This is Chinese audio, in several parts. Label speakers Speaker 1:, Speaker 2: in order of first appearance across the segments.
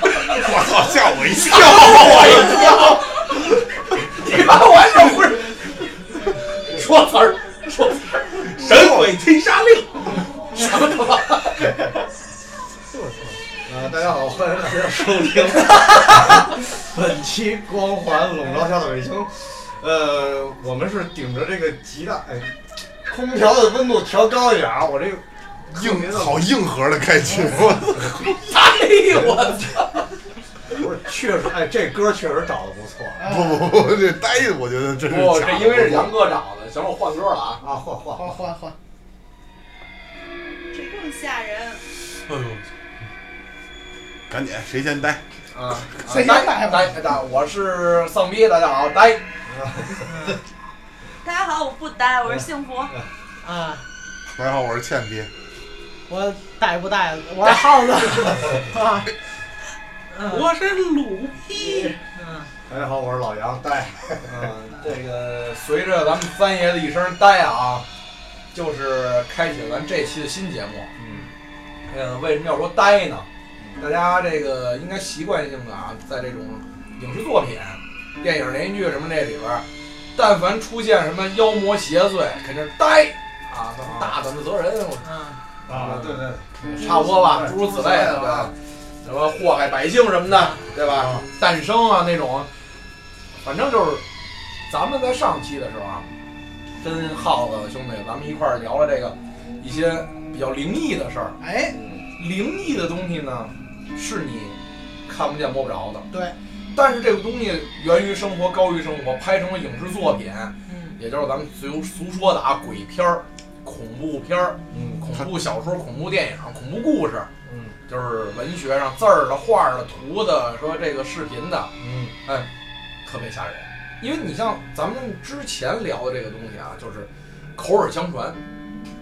Speaker 1: 操，吓我一跳！
Speaker 2: 吓我一跳！你把我这不是说词儿说词儿，神鬼天杀令，什么他妈？
Speaker 3: 啊，大家好，欢迎大家收听 本期《光环笼罩下的北京》。呃，我们是顶着这个极大，哎，空调的温度调高一点啊，我这个
Speaker 1: 硬好硬核的感觉，
Speaker 2: 哎呦我操！
Speaker 3: 不是确实，哎，这歌确实找的不错啊，
Speaker 1: 不不不，这呆子我觉得真是
Speaker 2: 不，哦这
Speaker 1: 假的
Speaker 2: 因为是杨哥找的，行，我换歌了啊。
Speaker 3: 啊换换，
Speaker 4: 换换换，
Speaker 5: 这更吓人。
Speaker 6: 哎
Speaker 2: 哎
Speaker 1: 赶紧谁先呆？
Speaker 2: 啊，
Speaker 4: 谁
Speaker 2: 呆
Speaker 4: 先来吧
Speaker 2: 呆呆，我是丧逼，大家好，呆。
Speaker 5: 大家好，我不呆，我是幸福。
Speaker 4: 啊！
Speaker 1: 大家好，我是倩逼，
Speaker 4: 我带不带？我是耗子啊！我是鲁逼。嗯，
Speaker 3: 大哎家好，我是老杨，呆，
Speaker 2: 嗯，这个随着咱们三爷的一声呆啊，就是开启了咱这期的新节目。
Speaker 3: 嗯，
Speaker 2: 呃，为什么要说呆呢？大家这个应该习惯性的啊，在这种影视作品、电影、连续剧什么这里边儿，但凡出现什么妖魔邪祟，肯定是呆啊，咱们大胆的责任，我
Speaker 4: 啊，
Speaker 3: 啊对对，
Speaker 2: 差不多吧，诸如此类的，
Speaker 3: 嗯
Speaker 2: 对吧？什么祸害百姓什么的，对吧？诞生啊那种，反正就是，咱们在上期的时候啊，跟耗子兄弟咱们一块儿聊了这个一些比较灵异的事儿。
Speaker 4: 哎，
Speaker 2: 灵异的东西呢，是你看不见摸不着的，
Speaker 4: 对，
Speaker 2: 但是这个东西源于生活，高于生活，拍成了影视作品，
Speaker 4: 嗯，
Speaker 2: 也就是咱们俗俗说的啊，鬼片儿、恐怖片儿、
Speaker 3: 嗯
Speaker 2: 恐怖小说、恐怖电影、恐怖故事。
Speaker 3: 嗯
Speaker 2: 就是文学上字儿的、画儿的、图的，说这个视频的，哎
Speaker 3: 嗯
Speaker 2: 特别吓人。因为你像咱们之前聊的这个东西啊，就是口耳相传，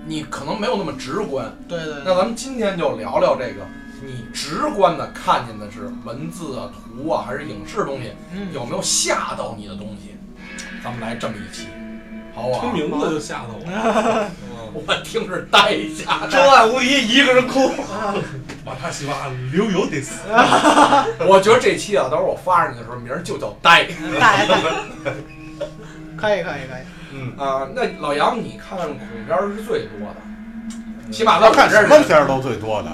Speaker 2: 你可能没有那么直观。
Speaker 4: 对对
Speaker 2: 那
Speaker 4: 对，
Speaker 2: 咱们今天就聊聊这个，你直观的看见的是文字啊、图啊，还是影视东西，
Speaker 4: 嗯，
Speaker 2: 有没有吓到你的东西？咱们来这么一期，好不好？
Speaker 6: 名字就吓到我。
Speaker 2: 我听着呆一下，
Speaker 3: 真爱无敌，一个人哭，
Speaker 6: 瓦塔西瓦啊留油得死。
Speaker 2: 我觉得这期啊，到时候我发上去的时候，名儿就叫呆。
Speaker 4: 带 带，可以可以可以，
Speaker 3: 嗯，
Speaker 2: 啊、那老杨，你看恐怖片儿是最多的，
Speaker 4: 嗯
Speaker 2: 起码在
Speaker 1: 他
Speaker 2: 我
Speaker 1: 看
Speaker 2: 这
Speaker 1: 什么
Speaker 2: 儿
Speaker 1: 片儿都最多的，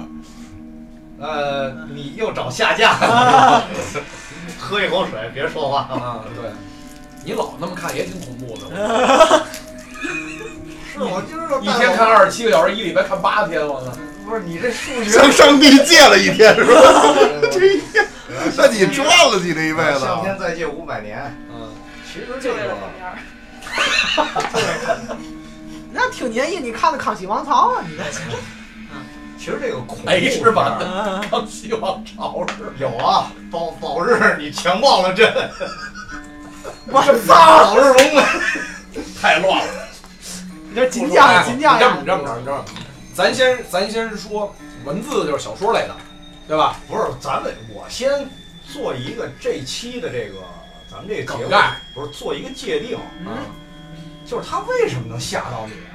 Speaker 3: 呃，你又找下架， 喝一口水，别说话，
Speaker 2: 啊，对，你老那么看也挺恐怖的。我
Speaker 4: 哎
Speaker 3: 是我今儿就
Speaker 2: 一天看二十七个小时，一礼拜看八天，我操！
Speaker 3: 不是你这数学
Speaker 1: 向上帝借了一天是吧？这一天，那你赚了你这一辈子。
Speaker 3: 向天再借五百年，
Speaker 2: 嗯，
Speaker 3: 其实这
Speaker 5: 就为了
Speaker 3: 个
Speaker 5: 旁边。
Speaker 4: 那挺年意，你看的《康熙王朝》啊，你这
Speaker 3: 其实这个恐怖
Speaker 2: 哎是吧
Speaker 3: 片儿
Speaker 4: 啊
Speaker 2: 康熙王朝是
Speaker 3: 有啊，保保日你强暴了 朕，
Speaker 4: 我操，
Speaker 3: 保日龙门，
Speaker 2: 太乱了。哎
Speaker 4: 你这 金匠金匠
Speaker 2: 你这么这么
Speaker 4: 呀，
Speaker 2: 着，你这么着，咱先咱先说文字就是小说类的，对吧？
Speaker 3: 不是咱们我先做一个这期的这个咱们这个节
Speaker 2: 梗
Speaker 3: 目
Speaker 2: 概，
Speaker 3: 不是做一个界定，
Speaker 2: 啊
Speaker 4: 嗯，
Speaker 3: 就是它为什么能吓到你啊？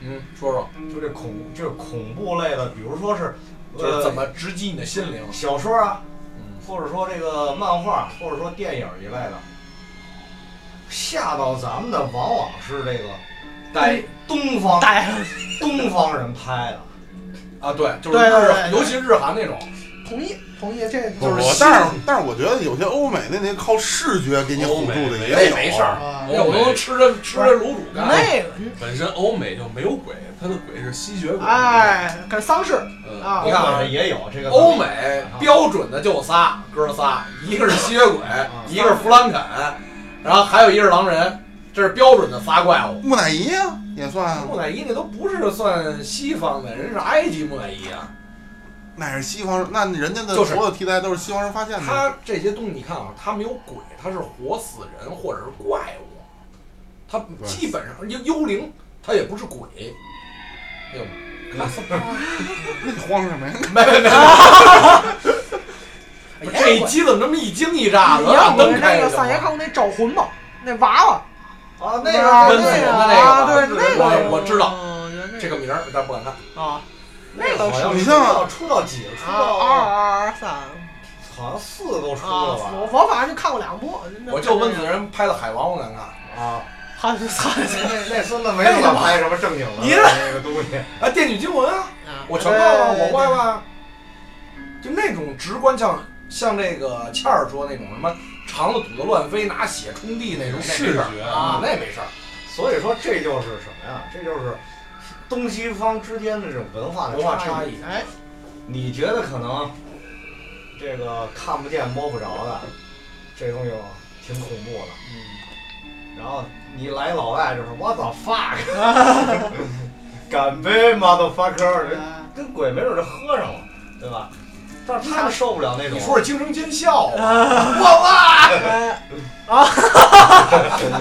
Speaker 2: 嗯，说说
Speaker 3: 就这恐就是恐怖类的，比如说是
Speaker 2: 就是
Speaker 3: 呃
Speaker 2: 怎么直击你的心灵。
Speaker 3: 小说啊，
Speaker 2: 嗯，
Speaker 3: 或者说这个漫画，或者说电影一类的，吓到咱们的往往是这个
Speaker 4: 哎
Speaker 2: 呆
Speaker 3: 东方
Speaker 4: 带
Speaker 3: 东方人拍 的。
Speaker 2: 啊，对，就是
Speaker 4: 对对对
Speaker 2: 日，
Speaker 4: 对
Speaker 2: 尤其日韩那种，
Speaker 4: 同意同意，这
Speaker 1: 不
Speaker 2: 就是
Speaker 1: 我
Speaker 2: 信
Speaker 1: 但是但是我觉得有些欧美的那靠视觉给你唬住的也
Speaker 2: 那
Speaker 1: 有，
Speaker 2: 没事儿，
Speaker 4: 啊
Speaker 6: 欧美
Speaker 2: 那我都能吃着吃着卤煮干。
Speaker 4: 那个
Speaker 6: 本身欧美就没有鬼，他的鬼是吸血鬼。，
Speaker 4: 哎，跟丧事
Speaker 6: 嗯，
Speaker 4: 啊
Speaker 2: 你，看啊
Speaker 3: 欧美也有这个
Speaker 2: 欧美标准的就仨哥仨，一个是吸血鬼，一个是弗兰肯，然后还有一个是狼人，这是标准的仨怪物。
Speaker 1: 木乃伊啊也算啊，
Speaker 2: 木乃伊那都不是算西方的，人是埃及木乃伊啊。
Speaker 1: 那是西方人，那人家的
Speaker 2: 就是
Speaker 1: 所有题材都是西方人发现的。
Speaker 2: 他这些东西你看啊，他没有鬼，他是活死人或者是怪物，他
Speaker 1: 对
Speaker 2: 基本上幽幽灵，他也不是鬼。哎呦，
Speaker 1: 那你慌什么呀？
Speaker 2: 没没没，
Speaker 4: 哎
Speaker 2: 这一期怎么这么一惊一乍的？
Speaker 4: 你
Speaker 2: 让
Speaker 4: 让哎我
Speaker 2: 灯
Speaker 4: 那
Speaker 2: 开
Speaker 4: 个
Speaker 2: 了
Speaker 4: 上爷看过那招魂吗？那娃娃，
Speaker 3: 啊，那
Speaker 4: 那
Speaker 3: 个
Speaker 2: 温子仁的那个吧
Speaker 4: 啊，对那个
Speaker 2: 我我知道
Speaker 4: 嗯原来那
Speaker 2: 这个名儿，咱不敢看。
Speaker 4: 啊，
Speaker 3: 那
Speaker 4: 那
Speaker 3: 个
Speaker 4: 个
Speaker 3: 好像
Speaker 1: 你
Speaker 3: 是
Speaker 1: 像
Speaker 3: 出到出到几？出
Speaker 4: 啊，二
Speaker 3: 到
Speaker 4: 二二三，
Speaker 3: 好像四都出
Speaker 4: 啊，
Speaker 3: 了吧？
Speaker 4: 我我反正就看过两部，那
Speaker 2: 我就温子仁拍的《海王》，我敢看。
Speaker 3: 啊，
Speaker 4: 他操，
Speaker 3: 那那孙子没怎么拍什么正经的，
Speaker 2: 你这
Speaker 3: 那个东西。
Speaker 2: 啊，《电锯惊魂》啊，
Speaker 4: 啊
Speaker 2: 我全看了，
Speaker 3: 对
Speaker 2: 我外外，就那种直观像像这个倩儿说那种什么肠子肚子乱飞，拿血冲地那种，那没
Speaker 6: 视
Speaker 2: 事儿
Speaker 6: 觉
Speaker 2: 啊，那没事儿。
Speaker 3: 所以说这就是什么呀？这就是东西方之间的这种文化的
Speaker 2: 文化
Speaker 3: 差
Speaker 2: 差
Speaker 3: 异。
Speaker 2: 异
Speaker 4: 哎，
Speaker 3: 你觉得可能这个看不见摸不着的这东西挺恐怖的，然后你来老外就是 What the fuck，干杯 motherfucker，
Speaker 4: 啊
Speaker 3: 跟鬼没准就喝上了，对吧？但是他们受不了那种。
Speaker 2: 你说是惊声尖笑啊，
Speaker 4: 哎啊，不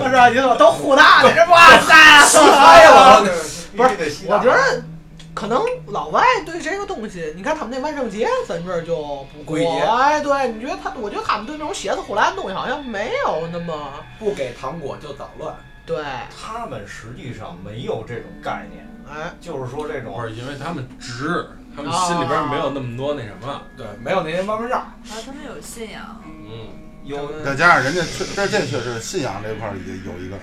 Speaker 4: 是，你怎么都唬大的？哇塞！
Speaker 2: 哎呀，
Speaker 3: 啊必须得吸
Speaker 4: 我
Speaker 3: 大
Speaker 4: 觉得可能老外对这个东西，你看他们那万圣节咱这儿就不过
Speaker 2: 鬼节
Speaker 4: 哎，对，你觉得他，我觉得他们对那种邪的胡乱的东西好像没有那么
Speaker 2: 不给糖果就捣乱。
Speaker 4: 对，
Speaker 3: 他们实际上没有这种概念，
Speaker 4: 哎，
Speaker 3: 就是说这种
Speaker 6: 不是因为他们直，他们心里边没有那么多那什么。
Speaker 2: 对，没有那些弯弯绕。
Speaker 5: 啊，他们有信仰。
Speaker 6: 嗯，
Speaker 3: 有
Speaker 1: 再加上人家确，这这确实信仰这块儿也有一个，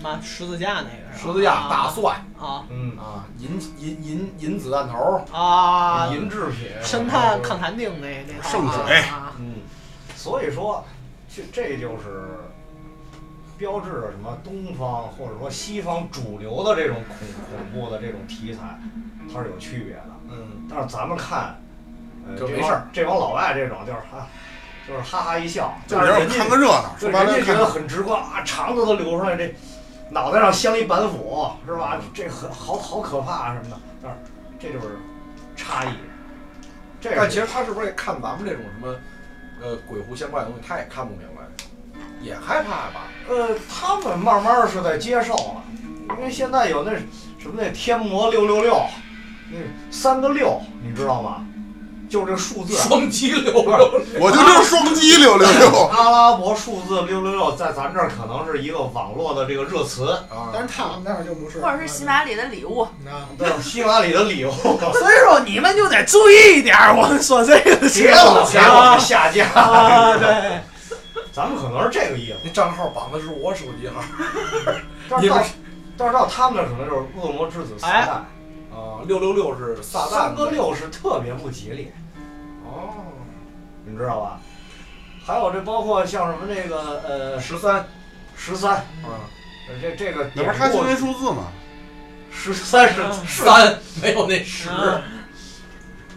Speaker 4: 妈十字架那个是吧
Speaker 2: 十字架、大蒜
Speaker 4: 啊
Speaker 3: 嗯
Speaker 2: 啊，银银银银子弹头，
Speaker 4: 啊，
Speaker 3: 银制品，
Speaker 4: 神探看坛定那那套
Speaker 1: 圣
Speaker 4: 啊
Speaker 1: 水
Speaker 4: 啊
Speaker 3: 嗯，所以说，这这就是标志着什么东方或者说西方主流的这种恐恐怖的这种题材，它是有区别的。
Speaker 2: 嗯，
Speaker 3: 但是咱们看，呃，
Speaker 2: 就
Speaker 3: 这
Speaker 2: 没
Speaker 3: 帮
Speaker 2: 事儿
Speaker 3: 这帮老外这种就是哈、就是哈哈一笑，
Speaker 1: 就
Speaker 3: 但是
Speaker 1: 是人
Speaker 3: 人
Speaker 1: 家
Speaker 3: 家
Speaker 1: 看个热闹，
Speaker 3: 对
Speaker 1: 啊说白
Speaker 3: 人
Speaker 1: 了
Speaker 3: 家觉
Speaker 1: 看
Speaker 3: 得
Speaker 1: 个
Speaker 3: 很直观啊，肠子都流出来，这脑袋上镶一板斧是
Speaker 1: 嗯
Speaker 3: 吧？这很好好可怕啊什么的，但是这就是差异。这
Speaker 2: 但
Speaker 3: 个
Speaker 2: 其实他是不是也看咱们这种什么，呃，鬼狐仙怪的东西，他也看不明白，也害怕 吧？
Speaker 3: 呃，他们慢慢儿是在接受了，因为现在有那什么那天魔六六六，那三个六，你知道吗？就是这数字，
Speaker 2: 双击流流，
Speaker 1: 我就溜双击溜溜 溜，
Speaker 3: 阿拉伯数字六六六，在咱这儿可能是一个网络的这个热词，
Speaker 2: 啊
Speaker 7: 但是他们那儿就不是，
Speaker 5: 或者是喜马里的礼物，
Speaker 7: 啊，
Speaker 3: 对，希拉里的礼物，
Speaker 4: 所以说你们就得注意一点儿，我们说这个的
Speaker 3: 别
Speaker 4: 时
Speaker 3: 老
Speaker 4: 候
Speaker 3: 给我们下架，
Speaker 4: 啊，对，
Speaker 3: 咱们可能是这个意思。
Speaker 2: 那账号绑的是我手机号
Speaker 3: 但
Speaker 2: 你
Speaker 3: 是到
Speaker 2: 们
Speaker 3: 但是到他们那儿可能就是恶魔之子撒旦，
Speaker 2: 啊，六六六是撒旦的，
Speaker 3: 三个六是特别不吉利。
Speaker 2: 哦，
Speaker 3: 你知道吧？还有这包括像什么那个呃
Speaker 2: 十三
Speaker 3: 十三，
Speaker 2: 啊，
Speaker 3: 这这个
Speaker 1: 那
Speaker 3: 典
Speaker 1: 不是他就
Speaker 3: 故
Speaker 1: 那数字吗？
Speaker 3: 十三是
Speaker 2: 三没有那十
Speaker 4: 啊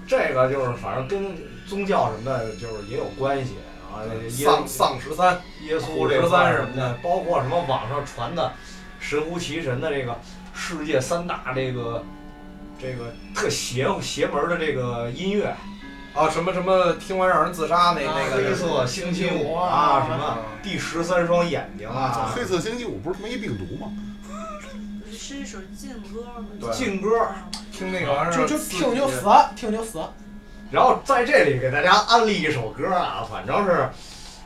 Speaker 3: 这个就是反正跟宗教什么的，就是也有关系啊。耶
Speaker 2: 丧丧十三，
Speaker 3: 耶稣这块儿什么的，包括什么网上传的神乎其神的这个世界三大这个这个特邪邪门的这个音乐，
Speaker 2: 啊，什么什么听完让人自杀那那
Speaker 3: 黑
Speaker 2: 个
Speaker 3: 色星期五啊，什么第十三双眼睛啊，
Speaker 1: 黑色星期五不是他妈一病毒吗？
Speaker 5: 是一首劲歌吗？
Speaker 2: 对
Speaker 3: 劲歌。
Speaker 2: 听那个玩意儿
Speaker 4: 啊就就
Speaker 2: 刺激
Speaker 4: 听就死，听就死，
Speaker 3: 然后在这里给大家安利一首歌啊，反正是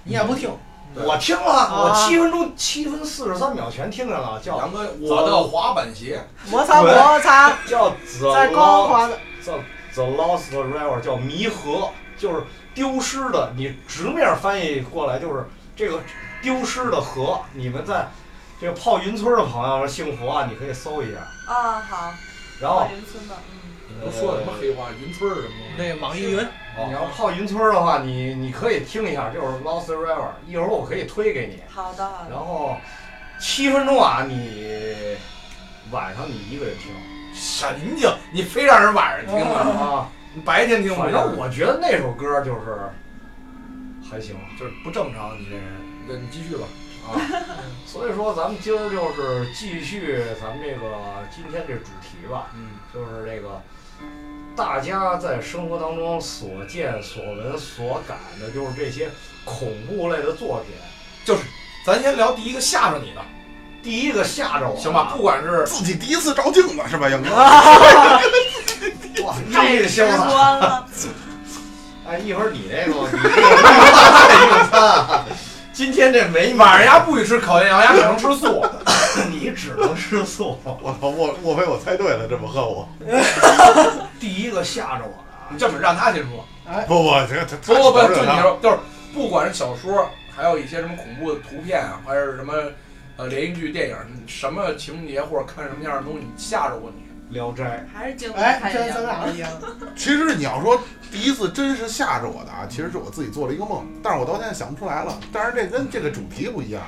Speaker 4: 你也不听，
Speaker 2: 对
Speaker 3: 我听了，我七分钟七分四十三秒全听见了，叫
Speaker 2: 杨哥，我的滑板鞋，
Speaker 4: 摩擦摩擦，
Speaker 3: 叫 The
Speaker 4: 在光
Speaker 3: Lost
Speaker 4: 滑的
Speaker 3: The The Lost River，叫弥合，就是丢失的。你直面翻译过来就是这个丢失的河。你们在这个泡云村的朋友，幸福啊，你可以搜一下。
Speaker 5: 啊，好，
Speaker 3: 然后
Speaker 5: 云村的，嗯，
Speaker 2: 你都说什么黑话，云村儿什么的，
Speaker 4: 那网易云，
Speaker 3: 哦你要泡云村的话，你你可以听一下，就是 Lost River，一会儿我可以推给你。
Speaker 5: 好的，好的
Speaker 3: 然，后七分钟啊，你晚上你一个人听
Speaker 2: 神经，你非让人晚上听啊，
Speaker 3: 啊，
Speaker 2: 你白天听不
Speaker 3: 反
Speaker 2: 了
Speaker 3: 正我觉得那首歌就是还行。
Speaker 2: 就是不正常，你这人，那你继续吧。啊，
Speaker 3: 所以说咱们今儿就是继续咱们这个今天这主题吧，
Speaker 2: 嗯，
Speaker 3: 就是这个大家在生活当中所见所闻所感的，就是这些恐怖类的作品。
Speaker 2: 咱先聊第一个吓着你的，
Speaker 3: 第一个吓着我，
Speaker 2: 行吧？不管是
Speaker 1: 自己第一次照镜子是吧，杨哥？
Speaker 3: 哇，
Speaker 5: 太
Speaker 3: 这个
Speaker 5: 直
Speaker 3: 潇洒。
Speaker 5: 观了，
Speaker 3: 哎，一会儿你那个，你那 个，今天这没
Speaker 2: 晚上丫不许吃烤羊，鸭只能吃素。
Speaker 3: 你只能吃素。
Speaker 1: 我操，莫莫非我猜对了，这么恨我？
Speaker 3: 第一个吓着我的啊，
Speaker 2: 你这么让他先说，
Speaker 1: 不不，这他
Speaker 2: 不
Speaker 1: 他
Speaker 2: 不不，
Speaker 1: 他
Speaker 2: 就你说，就是不管是小说，还有一些什么恐怖的图片啊，还是什么呃连续剧、电影，你什么情节或者看什么样的东西，你吓着过你？
Speaker 3: 聊斋
Speaker 5: 还是经历
Speaker 4: 哎，
Speaker 5: 太一
Speaker 4: 这咱
Speaker 5: 样。
Speaker 4: 俩一样。
Speaker 1: 其实你要说第一次真是吓着我的啊，其实是我自己做了一个梦，但是我到现在想不出来了。但是这跟这个主题不一样。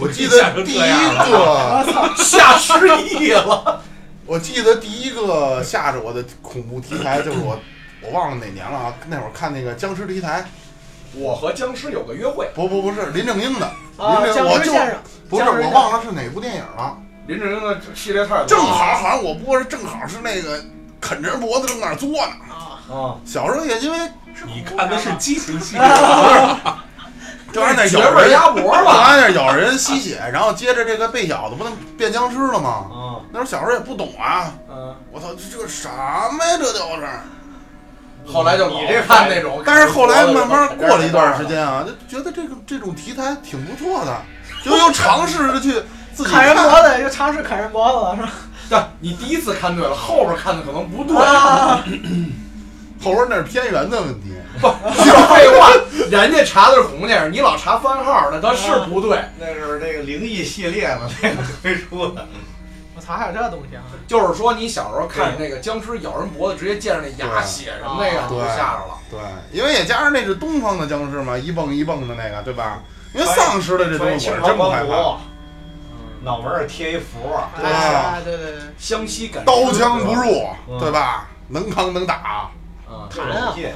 Speaker 1: 我记
Speaker 6: 吓
Speaker 1: 得
Speaker 6: 成
Speaker 1: 第一
Speaker 6: 这样了
Speaker 1: 个，
Speaker 2: 吓失忆了，
Speaker 1: 我记得第一个吓着我的恐怖题材就是我，我忘了哪年了啊。那会儿看那个僵尸题材，
Speaker 2: 我和僵尸有个约会，
Speaker 1: 不不不是林正英的，
Speaker 4: 啊，
Speaker 1: 林正
Speaker 4: 僵
Speaker 1: 我
Speaker 4: 尸
Speaker 1: 就
Speaker 4: 先生，
Speaker 1: 不是
Speaker 4: 僵尸
Speaker 1: 我忘了是哪部电影了。
Speaker 2: 林志玲的系列太多了
Speaker 1: 正好好像我播是正好是那个啃着脖子正在那儿作呢。
Speaker 4: 啊，
Speaker 3: 啊，
Speaker 1: 小时候也因为
Speaker 5: 是
Speaker 6: 你
Speaker 5: 恐怖
Speaker 6: 看的
Speaker 5: 片
Speaker 6: 是
Speaker 5: 吗
Speaker 6: 激情系
Speaker 1: 啊
Speaker 6: 列，
Speaker 1: 就按那
Speaker 2: 绝
Speaker 1: 咬
Speaker 2: 味
Speaker 1: 人，
Speaker 2: 鸭脖
Speaker 1: 就
Speaker 2: 吧，
Speaker 1: 按那咬人吸血，然后接着这个被咬的不能变僵尸了吗？
Speaker 3: 啊，
Speaker 1: 那时候小时候也不懂啊，
Speaker 2: 嗯，
Speaker 1: 我操，这这个什么呀？这都是。
Speaker 2: 后来就
Speaker 3: 你
Speaker 2: 老
Speaker 3: 这
Speaker 2: 看那种，
Speaker 1: 但是后来慢慢过了一段时，间啊，就觉得这个这种题材挺不错的，就又尝试着去自己
Speaker 4: 砍人
Speaker 1: 看。
Speaker 4: 脖子，又尝试砍人脖子了，是吧？
Speaker 2: 对，你第一次看对了，后边看的可能不对，
Speaker 4: 啊，
Speaker 1: 后边那是偏远的问题，
Speaker 2: 废话，人家查的是恐怖电影，你老查番号
Speaker 1: 啊
Speaker 2: 的，他是不对。
Speaker 3: 那是那个灵异系列嘛，那个推出的，
Speaker 4: 我操，还有这东西啊！
Speaker 2: 就是说，你小时候看那个僵尸咬人脖子，直接见着那牙血什么那个，
Speaker 1: 对
Speaker 2: 就吓着了。
Speaker 1: 对，因为也加上那是东方的僵尸嘛，一蹦一蹦的那个，对吧？因为丧尸的这东
Speaker 3: 穿一
Speaker 1: 西
Speaker 3: 清
Speaker 1: 我是
Speaker 3: 朝
Speaker 1: 真不
Speaker 3: 官
Speaker 1: 害怕。
Speaker 3: 服，脑门儿上贴一符，
Speaker 4: 哎
Speaker 1: 对
Speaker 4: 哎，对对对，
Speaker 2: 湘西感知
Speaker 1: 刀枪不入，
Speaker 3: 嗯
Speaker 1: 对吧？能扛能打
Speaker 2: 啊，
Speaker 3: 特有劲，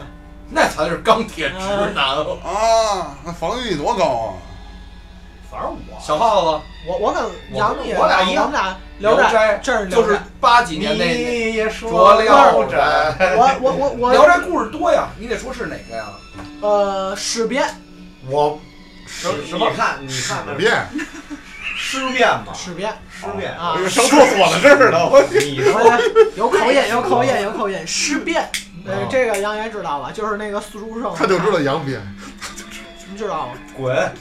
Speaker 2: 那才是钢铁直男。
Speaker 1: 啊，那防御力多高啊！
Speaker 3: 反正我
Speaker 2: 小耗子，
Speaker 4: 我我跟杨幂，
Speaker 2: 我俩一样
Speaker 4: 我们俩
Speaker 2: 聊
Speaker 4: 聊
Speaker 2: 斋
Speaker 4: 这是聊
Speaker 2: 就是
Speaker 4: 斋
Speaker 2: 八几年那
Speaker 3: 你也
Speaker 2: 着
Speaker 3: 说
Speaker 2: 聊
Speaker 3: 斋，
Speaker 2: 斋，
Speaker 4: 我我我我
Speaker 2: 聊斋故事多呀，你得说是哪个呀？
Speaker 4: 呃，史编
Speaker 3: 我
Speaker 2: 什什么
Speaker 3: 你看你
Speaker 1: 屎
Speaker 3: 看那
Speaker 1: 变，
Speaker 3: 尸变嘛，
Speaker 4: 史编
Speaker 3: 尸变
Speaker 4: 啊，
Speaker 1: 生厕所的事儿呢，我
Speaker 3: 你说
Speaker 4: 有口音，有口音，有口音，尸变。呃
Speaker 3: 啊，
Speaker 4: 这个杨爷知道吧？就是那个四书圣，
Speaker 1: 他就知道杨鞭。
Speaker 4: 你知道吗？
Speaker 3: 滚！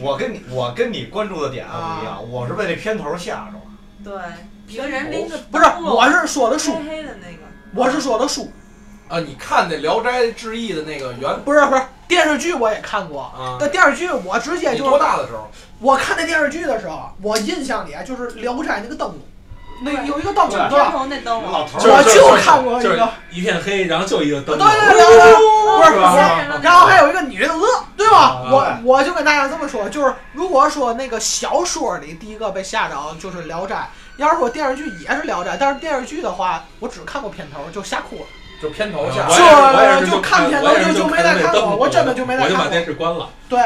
Speaker 3: 我跟你我跟你关注的点不一样，我是被那片头吓着了。
Speaker 5: 对，一个人拎个
Speaker 4: 不是，
Speaker 5: 灯笼
Speaker 4: 我是说的书
Speaker 5: 黑，黑的那个，
Speaker 4: 我是说的书，
Speaker 2: 啊，你看那《聊斋志异》的那个原
Speaker 4: 不是不是电视剧我也看过，
Speaker 2: 啊，
Speaker 4: 但电视剧我直接
Speaker 2: 你
Speaker 4: 就
Speaker 2: 多
Speaker 4: 是
Speaker 2: 大的时候？
Speaker 4: 我看那电视剧的时候，我印象里啊就是《聊斋》那个灯笼，那
Speaker 5: 对
Speaker 4: 有一个灯笼，
Speaker 3: 对
Speaker 4: 你
Speaker 5: 天
Speaker 4: 知道吧？
Speaker 5: 童那灯笼，
Speaker 3: 老头
Speaker 4: 我
Speaker 3: 儿
Speaker 6: 就是
Speaker 4: 就看过一
Speaker 6: 就是
Speaker 4: 个，
Speaker 6: 一片黑，然后就一个
Speaker 4: 对
Speaker 6: 灯笼，
Speaker 4: 对对对，不是
Speaker 6: 是吧
Speaker 5: 吓人了那个
Speaker 4: 然后还有一个女的乐，对吧？
Speaker 3: 啊
Speaker 4: 我我就跟大家这么说，就是如果说那个小说里第一个被吓着就是《聊斋》，要是说电视剧也是《聊斋》，但是电视剧的话，我只看过片头就吓哭了，
Speaker 2: 就片头吓
Speaker 6: 我
Speaker 2: 着
Speaker 6: 也。是我也是
Speaker 4: 就看片头
Speaker 6: 我也是
Speaker 4: 就
Speaker 6: 就
Speaker 4: 没再看过
Speaker 6: 那灯
Speaker 4: 我真的就没再
Speaker 6: 我就
Speaker 4: 看
Speaker 6: 把
Speaker 4: 过
Speaker 6: 电视关了。
Speaker 4: 对，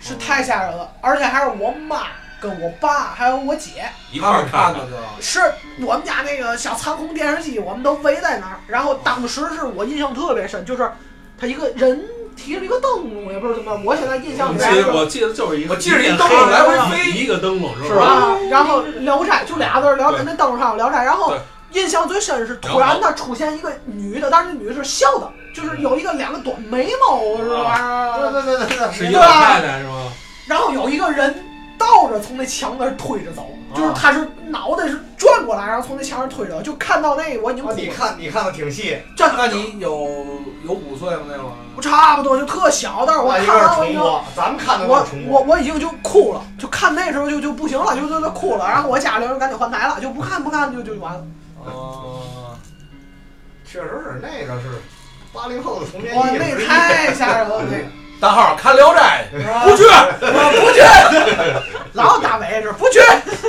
Speaker 4: 是太吓人了，而且还是我妈跟我爸还有我姐，
Speaker 6: 一块
Speaker 2: 他
Speaker 6: 儿
Speaker 2: 们看
Speaker 6: 的
Speaker 2: 的，知道吗？
Speaker 4: 是我们家那个小长虹电视机，我们都围在那儿，然后当时是我印象特别深，就是他一个人提着一个灯笼，也不知道怎么样，我现在印象
Speaker 6: 我
Speaker 4: 里
Speaker 6: 记
Speaker 4: 面是
Speaker 6: 得我记得就是一个，
Speaker 2: 我记着一灯笼来回飞
Speaker 6: 一个灯笼是
Speaker 2: 是
Speaker 6: 吧？
Speaker 2: 吧
Speaker 4: 啊，然后《聊斋》就俩字儿，《聊斋》那灯笼上有《聊斋》，然后
Speaker 6: 对
Speaker 4: 印象最深是突然的出现一个女的，但是那女的是笑的，就是有一个两个短眉毛是
Speaker 3: 对
Speaker 4: 吧？
Speaker 3: 对对对对，
Speaker 6: 是一老太太是吗？
Speaker 4: 然后有一个人倒着从那墙那儿推着走，
Speaker 3: 啊
Speaker 4: 就是他是脑袋是转过来，然后从那墙上推着，就看到那个我已经哭
Speaker 3: 哦你
Speaker 4: 了，
Speaker 3: 看你看的挺细，
Speaker 4: 这
Speaker 2: 那你有有五岁吗？那会儿
Speaker 4: 我差不多就特小，但是我
Speaker 3: 哇，
Speaker 4: 看
Speaker 3: 有点重
Speaker 4: 完我已经。
Speaker 3: 播，咱们看的有
Speaker 4: 我
Speaker 3: 点重
Speaker 4: 我
Speaker 3: 播。
Speaker 4: 我已经就哭了，就看那时候就就不行了，就就就哭了。然后我家里人赶紧换台了，就不看不看就就完了。
Speaker 2: 哦，
Speaker 3: 确实是那个是八零后的童年
Speaker 4: 哇，
Speaker 3: 阴
Speaker 4: 那
Speaker 3: 影
Speaker 4: 个。
Speaker 6: 哎
Speaker 4: 太吓人了，那个。
Speaker 2: 大号看《聊斋》去，
Speaker 4: 啊
Speaker 2: 不去，不去。
Speaker 4: 老打围是不去，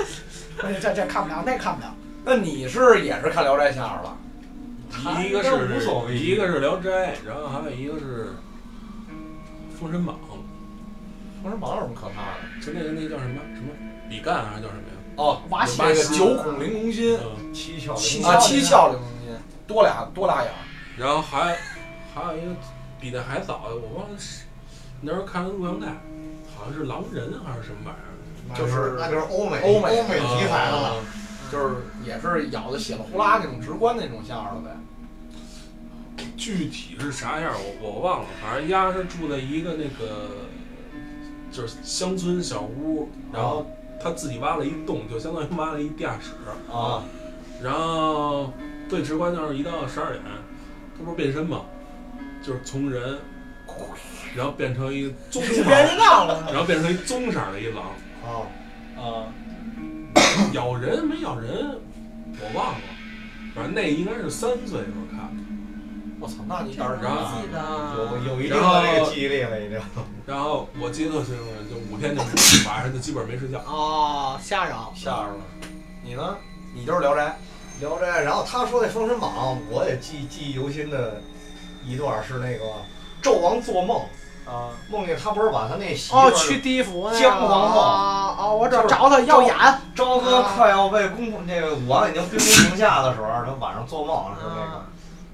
Speaker 4: 哎这这看不了，那看不了。
Speaker 2: 那你是也是看《聊斋》吓着了？
Speaker 6: 一个
Speaker 3: 他们都无所
Speaker 6: 是
Speaker 3: 谓
Speaker 6: 一个是《聊斋》，然后还有一个是《封神榜
Speaker 2: 封神榜有什么可怕的？》，
Speaker 6: 就那个那叫什么什么比干还是叫什么呀？
Speaker 2: 哦，
Speaker 4: 挖血
Speaker 2: 那个九孔玲珑心
Speaker 6: 嗯，
Speaker 3: 七窍
Speaker 4: 七
Speaker 2: 啊，
Speaker 4: 窍
Speaker 2: 七窍玲珑心，多俩多俩眼儿。
Speaker 6: 然后还还有一个比那还早的，我忘了是那时候看的录像带，好像是狼人还是什么玩意儿。啊
Speaker 3: 就是那就是欧美
Speaker 2: 欧美
Speaker 3: 欧美题材的了。
Speaker 2: 就是也是咬的血了呼啦那种直观那种吓着了呗。
Speaker 6: 具体是啥样儿我我忘了，反正丫是住在一个那个就是乡村小屋，然后
Speaker 3: 哦
Speaker 6: 他自己挖了一洞，就相当于挖了一地下室，
Speaker 3: 啊
Speaker 6: 然后最直观就是一到十二点，他不是变身吗？就是从人，然后变成一棕
Speaker 4: 变
Speaker 6: 色，
Speaker 4: 人浪了。
Speaker 6: 然后变成一棕色的一狼，嗯
Speaker 3: 啊，
Speaker 7: 啊，
Speaker 6: 咬人没咬人，我忘了，反正那应该是三岁我看的，
Speaker 2: 我操，那你
Speaker 5: 这
Speaker 2: 胆儿
Speaker 5: 我
Speaker 2: 大啊！
Speaker 5: 记得
Speaker 3: 有
Speaker 5: 啊，
Speaker 3: 有一定的这个记忆力了，已经。
Speaker 6: 然后我记得特清楚，就五天就没晚上就基本没睡觉。
Speaker 4: 哦，吓着。
Speaker 2: 吓着了。你呢？你就是《聊斋
Speaker 3: 聊斋，然后他说那封神榜，我也记记忆犹新的一段是那个纣王做梦，》
Speaker 2: 啊？
Speaker 3: 梦见他不是把他那媳妇
Speaker 4: 哦，
Speaker 3: 儿
Speaker 4: 去地府那个
Speaker 3: 江皇后
Speaker 4: 哦哦，我找找他要眼，
Speaker 3: 啊朝歌快要被公公那个武王已经兵临城下的时候，他晚上做梦说那个
Speaker 4: 啊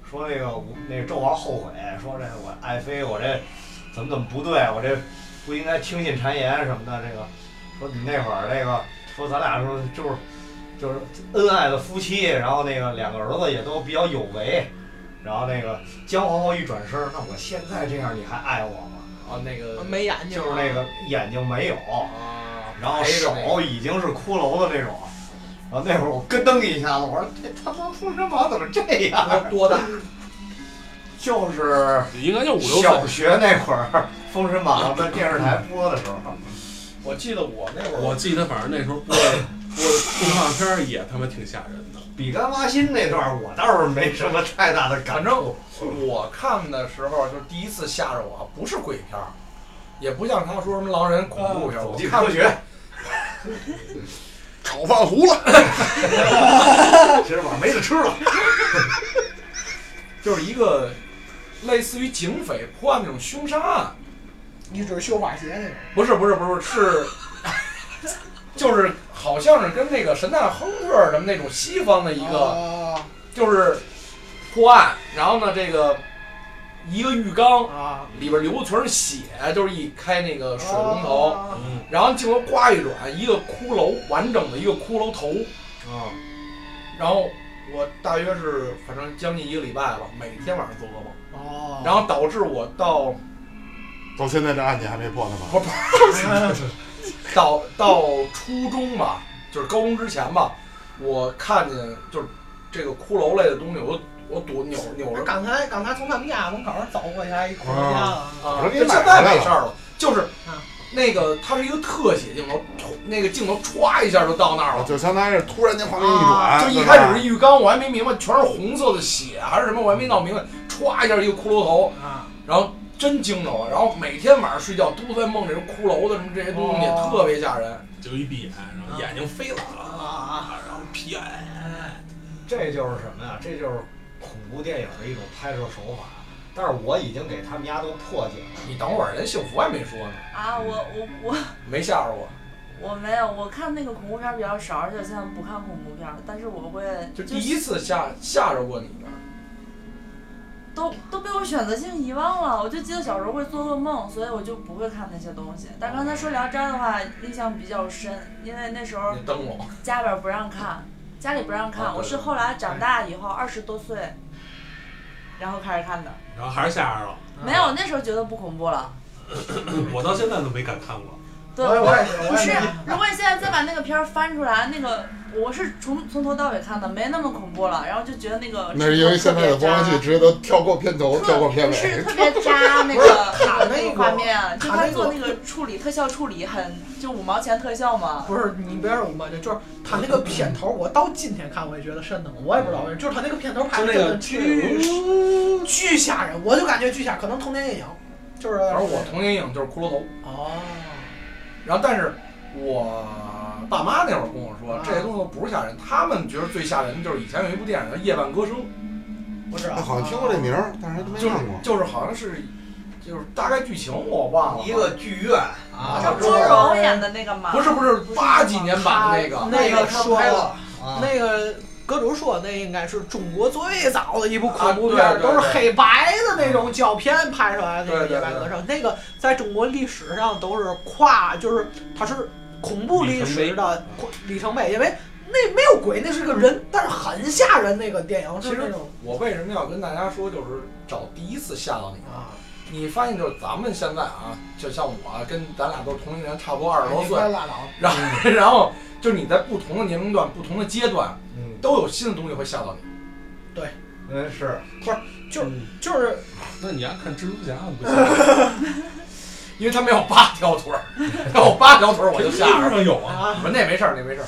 Speaker 3: 说那个武那个纣王后悔，说这我爱妃我这怎么怎么不对，我这不应该听信谗言什么的。这个说你那会儿那个说咱俩说就是就是恩爱的夫妻，然后那个两个儿子也都比较有为，然后那个姜皇后一转身，那我现在这样你还爱我吗？
Speaker 2: 啊，那个
Speaker 4: 没眼睛，啊
Speaker 3: 就是那个眼睛没有，
Speaker 2: 啊，
Speaker 3: 然后
Speaker 2: 陪着
Speaker 3: 手
Speaker 2: 那个
Speaker 3: 已经是骷髅的那种。然后那会儿我咯噔一下子，我说这他妈《封神榜》怎么这样？
Speaker 2: 多多大？
Speaker 3: 就是
Speaker 6: 应该就五六岁
Speaker 3: 小。学那会儿，《封神榜》在电视台播的时候，
Speaker 2: 我记得我那会儿
Speaker 6: 我记得反正那时候播 的播的动画片儿也他妈挺吓人的。
Speaker 3: 比干挖心那段儿我倒是没什么太大的感
Speaker 2: 反
Speaker 3: 触。
Speaker 2: 正我看的时候，就是第一次吓着我，不是鬼片儿，也不像他说什么狼人恐怖片儿，我
Speaker 3: 走进
Speaker 2: 看
Speaker 3: 啊科学，
Speaker 1: 炒饭糊了，
Speaker 3: 其实我没得吃了。
Speaker 2: 就是一个类似于警匪破案那种凶杀案，
Speaker 4: 一指绣花鞋那种。
Speaker 2: 不是不是不是是， 就是好像是跟那个神探亨特儿什么那种西方的一个。
Speaker 4: 哦
Speaker 2: 就是破案，然后呢，这个一个浴缸
Speaker 4: 啊，
Speaker 2: 里边流的全是血，就是一开那个水龙头，
Speaker 4: 哦
Speaker 6: 嗯，
Speaker 2: 然后镜头刮一转，一个骷髅完整的一个骷髅头，
Speaker 3: 啊，
Speaker 4: 哦
Speaker 2: 然后我大约是反正将近一个礼拜吧，每天晚上做噩梦，
Speaker 4: 哦，
Speaker 2: 然后导致我到
Speaker 1: 到现在这案件还没破呢吧？
Speaker 2: 到到初中吧，就是高中之前吧，我看见就是这个骷髅类的东西，我我躲扭扭着
Speaker 4: 刚才刚才从他们家门口走过去，还一空家了。
Speaker 2: 啊
Speaker 1: 我说，给
Speaker 2: 现
Speaker 1: 你
Speaker 2: 在
Speaker 1: 买回来
Speaker 2: 没
Speaker 1: 了
Speaker 2: 事儿了，就是
Speaker 4: 嗯
Speaker 2: 那个它是一个特写镜头，突那个镜头歘一下就到那儿了。
Speaker 1: 就相当于是突然间画面一转，
Speaker 2: 就一
Speaker 1: 对
Speaker 2: 开始
Speaker 1: 吧
Speaker 2: 是浴缸，我还没明白全是红色的血还是什么，我还没闹明白，
Speaker 1: 嗯
Speaker 2: 歘一下一个骷髅头，
Speaker 4: 啊，
Speaker 2: 然后真惊着了。然后每天晚上睡觉都在梦这种骷髅的什么这些东西，
Speaker 4: 哦
Speaker 2: 特别吓人。
Speaker 6: 就一闭眼，然后眼睛飞了啊，然后皮哎，
Speaker 3: 这就是什么呀？这就是恐怖电影的一种拍摄手法。但是我已经给他们家都破解了。
Speaker 2: 你等会儿，人幸福还没说呢，
Speaker 5: 啊，我我我
Speaker 2: 没吓着我，
Speaker 5: 我没有，我看那个恐怖片儿比较少，而且我现在不看恐怖片儿了，但是我会
Speaker 2: 就第一次吓吓着过你呢。
Speaker 5: 都都被我选择性遗忘了。我就记得小时候会做噩梦，所以我就不会看那些东西。但刚才说《聊斋》的话，印象比较深，因为那时候
Speaker 2: 你瞪我，
Speaker 5: 家里边儿不让看，家里不让看，
Speaker 2: 啊对
Speaker 5: 我是后来长大以后二十多岁，然后开始看的。
Speaker 2: 嗯
Speaker 6: 然后还是吓着了。
Speaker 5: 没有，那时候觉得不恐怖了。
Speaker 6: 我到现在都没敢看过。
Speaker 5: 对，
Speaker 3: 我也我也
Speaker 5: 不是，如果你现在再把那个片儿翻出来，那个我是从从头到尾看的，没那么恐怖了，然后就觉得那个
Speaker 1: 那是因为现在的播放器直接都跳过片头，
Speaker 5: 特
Speaker 1: 跳过片
Speaker 5: 不是
Speaker 1: 尾。
Speaker 5: 特别渣 那个
Speaker 4: 卡那
Speaker 5: 那
Speaker 4: 个
Speaker 5: 个画面，就
Speaker 4: 卡
Speaker 5: 他
Speaker 4: 那
Speaker 5: 做
Speaker 4: 个
Speaker 5: 那个处理特效处理很就五毛钱特效嘛，
Speaker 4: 不是你别让我骂街，就是他那个片头，我到今天看我也觉得瘆得慌，我也不知道为什么，就是他那个片头拍的
Speaker 6: 就那个
Speaker 4: 真的巨巨吓人，我就感觉巨吓，可能童年阴影，就是
Speaker 2: 反正我童年阴影就是骷髅头。
Speaker 4: 哦，
Speaker 2: 然后，但是我爸妈那会儿跟我说，
Speaker 4: 啊
Speaker 2: 这些东西都不是吓人，他们觉得最吓人的就是以前有一部电影叫《夜半歌声
Speaker 4: 我知道，
Speaker 1: 哎，好像听过这名儿，但是都》，没
Speaker 2: 就是
Speaker 1: 看过。
Speaker 2: 就是好像是就是大概剧情我忘了，
Speaker 3: 一个剧院啊，
Speaker 5: 张
Speaker 4: 周
Speaker 5: 国荣演的那个嘛，
Speaker 2: 不是不是八几年版的那
Speaker 4: 他
Speaker 2: 个，
Speaker 4: 那个
Speaker 3: 他
Speaker 4: 说
Speaker 3: 拍
Speaker 4: 了
Speaker 3: 了啊，
Speaker 4: 那个阁主说，那应该是中国最早的一部恐怖
Speaker 2: 啊
Speaker 4: 片，
Speaker 2: 对对
Speaker 4: 都
Speaker 2: 对
Speaker 4: 是黑白的那种胶片拍出来的那个
Speaker 2: 对
Speaker 4: 《
Speaker 2: 对对
Speaker 4: 野百合城》，那个在中国历史上都是跨，就是它是恐怖历史的里程碑，因为那没有鬼，那是个人，但是很吓人。那个电影
Speaker 2: 其
Speaker 4: 是
Speaker 2: 实
Speaker 4: 那种
Speaker 2: 我为什么要跟大家说，就是找第一次吓到你啊？
Speaker 4: 啊，
Speaker 2: 你发现就是咱们现在啊，就像我啊跟咱俩都是同龄人，差不多二十多
Speaker 4: 你快
Speaker 3: 哎
Speaker 2: 岁，
Speaker 4: 拉倒，
Speaker 2: 然后然后就是你在不同的年龄段、不同的阶段，
Speaker 3: 嗯，
Speaker 2: 都有新的东西会吓到你。
Speaker 3: 对嗯，是
Speaker 4: 就是
Speaker 6: 那你爱看蜘蛛侠不行？
Speaker 2: 因为他没有八条腿 儿，要有八条腿儿我就
Speaker 6: 衣
Speaker 2: 吓
Speaker 6: 服
Speaker 2: 着了。
Speaker 6: 上有啊，
Speaker 4: 啊。
Speaker 2: 不是那没事儿，那没事儿，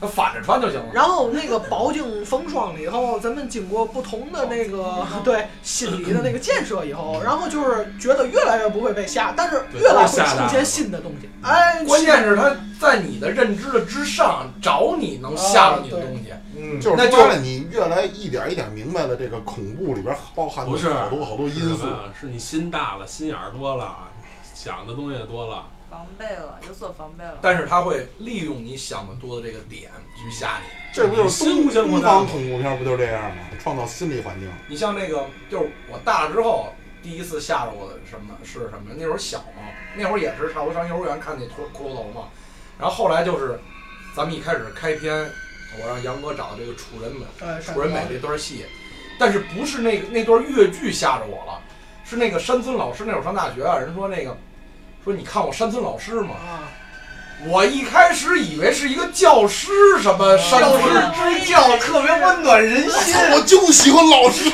Speaker 2: 那反着穿就行了。
Speaker 4: 然后那个饱经风霜了以后，咱们经过不同的那
Speaker 2: 哦
Speaker 4: 个对心理的那个建设以后，然后就是觉得越来越不会被吓，但是越来会出现新的东西。哎，
Speaker 2: 嗯关键是他在你的认知的之上找你能吓着你的东
Speaker 4: 哦
Speaker 2: 西，
Speaker 3: 嗯，
Speaker 1: 就是
Speaker 2: 那就
Speaker 1: 说了，你越来一点一点明白了这个恐怖里边包含
Speaker 6: 不
Speaker 1: 的
Speaker 6: 是
Speaker 1: 好多好多因
Speaker 6: 是什
Speaker 1: 素
Speaker 6: 么。呀？啊是你心大了，心眼儿多了，啊想的东西也多了。
Speaker 5: 防备了，有所防备了。
Speaker 2: 但是他会利用你想的多的这个点去吓你。
Speaker 1: 这不就是
Speaker 6: 心不相
Speaker 1: 东东
Speaker 6: 关的
Speaker 1: 方恐怖片不就是这样吗？创造心理环境。
Speaker 2: 你像那个，就是我大了之后第一次吓着我的什么是什么？那会儿小嘛，那会儿也是差不多上幼儿园看那骷骷髅头嘛。然后后来就是，咱们一开始开篇，我让杨哥找这个楚人美，
Speaker 4: 呃，
Speaker 2: 楚人美这段戏，但是不是那个那段越剧吓着我了，是那个山村老师那会儿上大学啊，人说那个说你看我山村老师吗？
Speaker 4: 啊，
Speaker 2: 我一开始以为是一个教师什么山
Speaker 3: 教
Speaker 2: 村，
Speaker 3: 师支教特别温暖人心。
Speaker 1: 我就喜欢老师。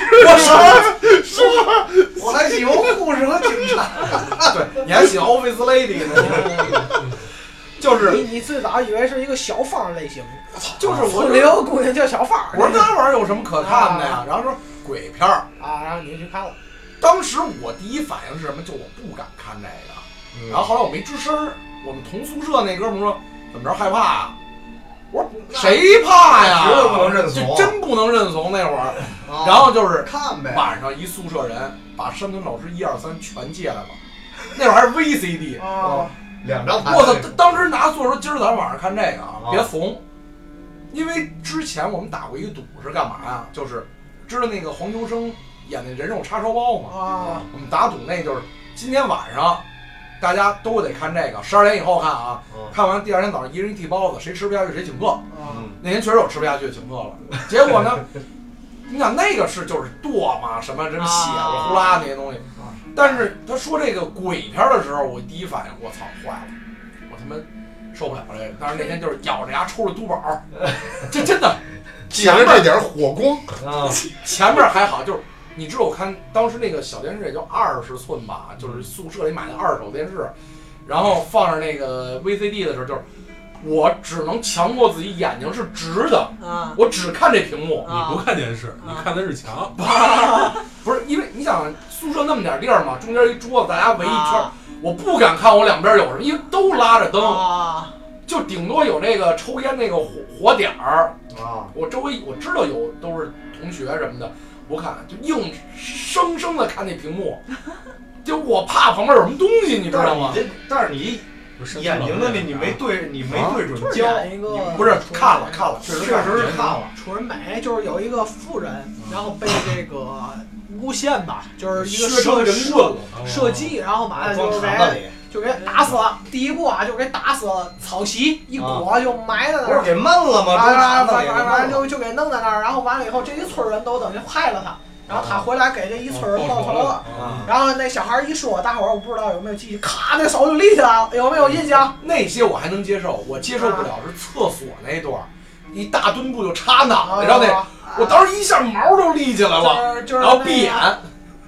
Speaker 3: 我还喜欢护士和警 察。
Speaker 2: 对，你还喜欢 Office Lady 呢，就是
Speaker 4: 你你最早以为是一个小芳类型，
Speaker 2: 就是我
Speaker 4: 村里有个姑娘叫小芳，
Speaker 2: 我说那玩意儿有什么可看的呀？然后说鬼片儿，
Speaker 4: 啊，然后你就去看了，
Speaker 2: 当时我第一反应是什么？就我不敢看这个。
Speaker 3: 嗯
Speaker 2: 然后后来我没吱声儿，我们同宿舍那哥们儿说怎么着害怕啊？我说谁怕呀？
Speaker 3: 绝对不能认
Speaker 2: 就
Speaker 3: 怂
Speaker 2: 真不能认怂那会儿。
Speaker 3: 啊
Speaker 2: 然后就是
Speaker 3: 看呗，
Speaker 2: 晚上一宿舍人把山村老师一二三全借来 了，那会儿还是 VCD。
Speaker 4: 啊，
Speaker 3: 两张盘。
Speaker 2: 我操！当时拿宿舍说今儿咱晚上看这个啊
Speaker 3: 啊，
Speaker 2: 别怂，因为之前我们打过一赌是干嘛呀？就是知道那个黄秋生演的人肉叉烧包嘛，
Speaker 4: 啊，
Speaker 2: 我们打赌那就是今天晚上大家都得看这个，十二点以后看啊，
Speaker 3: 嗯
Speaker 2: 看完第二天早上一人一屉包子，谁吃不下去谁请客。
Speaker 4: 啊，
Speaker 2: 那天确实我吃不下去，请客了。结果呢， 你想那个是就是剁嘛，什么什么血了呼啦那些东西
Speaker 4: 啊。
Speaker 2: 但是他说这个鬼片的时候，我第一反应我操坏了，我他妈受不了这个。但是那天就是咬着牙抽着嘟宝，这真的
Speaker 1: 捡着这点火光，
Speaker 3: 啊，
Speaker 2: 前面还好，就是你知道我看当时那个小电视也就二十寸吧，就是宿舍里买的二手电视，然后放着那个 VCD 的时候，就是我只能强迫自己眼睛是直的，
Speaker 4: 啊，
Speaker 2: 我只看这屏幕。
Speaker 6: 你不看电视，
Speaker 4: 啊
Speaker 6: 你看的是墙。
Speaker 2: 不是因为你想宿舍那么点地儿嘛，中间一桌子，大家围一圈，
Speaker 4: 啊
Speaker 2: 我不敢看我两边有什么，因为都拉着灯，
Speaker 4: 啊，
Speaker 2: 就顶多有那个抽烟那个火火点儿。
Speaker 3: 啊，
Speaker 2: 我周围我知道有都是同学什么的，我看就硬生生的看那屏幕，就我怕旁边有什么东西，你知道吗啊
Speaker 3: 但？是你这，但是你
Speaker 6: 不是
Speaker 3: 眼睛的那你没对，你没对准
Speaker 4: 就是
Speaker 3: 焦，
Speaker 4: 演一个
Speaker 2: 不是看了看了，
Speaker 3: 确
Speaker 2: 确实
Speaker 3: 实是
Speaker 2: 看了
Speaker 3: 看了。
Speaker 4: 楚人美就是有一个妇人，然后被这个诬陷吧，就是一个
Speaker 2: 削成
Speaker 4: 射
Speaker 2: 人棍
Speaker 4: 射
Speaker 2: 了，
Speaker 4: 射击，然后马上
Speaker 2: 哦
Speaker 3: 装
Speaker 4: 就
Speaker 3: 坛啊子
Speaker 4: 给
Speaker 3: 里，
Speaker 4: 就给打死了。第一步啊，就给打死了，草席一
Speaker 2: 啊
Speaker 4: 裹就埋在那
Speaker 3: 不是
Speaker 4: 儿。
Speaker 3: 给闷了吗？
Speaker 4: 完
Speaker 3: 装坛
Speaker 4: 完完完
Speaker 3: 子
Speaker 4: 完
Speaker 3: 里。
Speaker 4: 啊就就给弄在那儿，然后完了以后，这一村人都等于害了他，然后他回来给这一
Speaker 2: 哦
Speaker 4: 村人报仇了。
Speaker 6: 啊，
Speaker 4: 然后那小孩一说，大伙儿我不知道有没有记忆，咔，那手就立起来了，有没有印象？
Speaker 2: 啊那些我还能接受，我接受不了是厕所那段儿，一大墩布就插脑袋上啊
Speaker 4: 啊
Speaker 2: 那，我当时一下毛都立起来了，
Speaker 4: 就是就
Speaker 2: 然
Speaker 4: 是那
Speaker 2: 后
Speaker 4: 个
Speaker 2: 闭眼，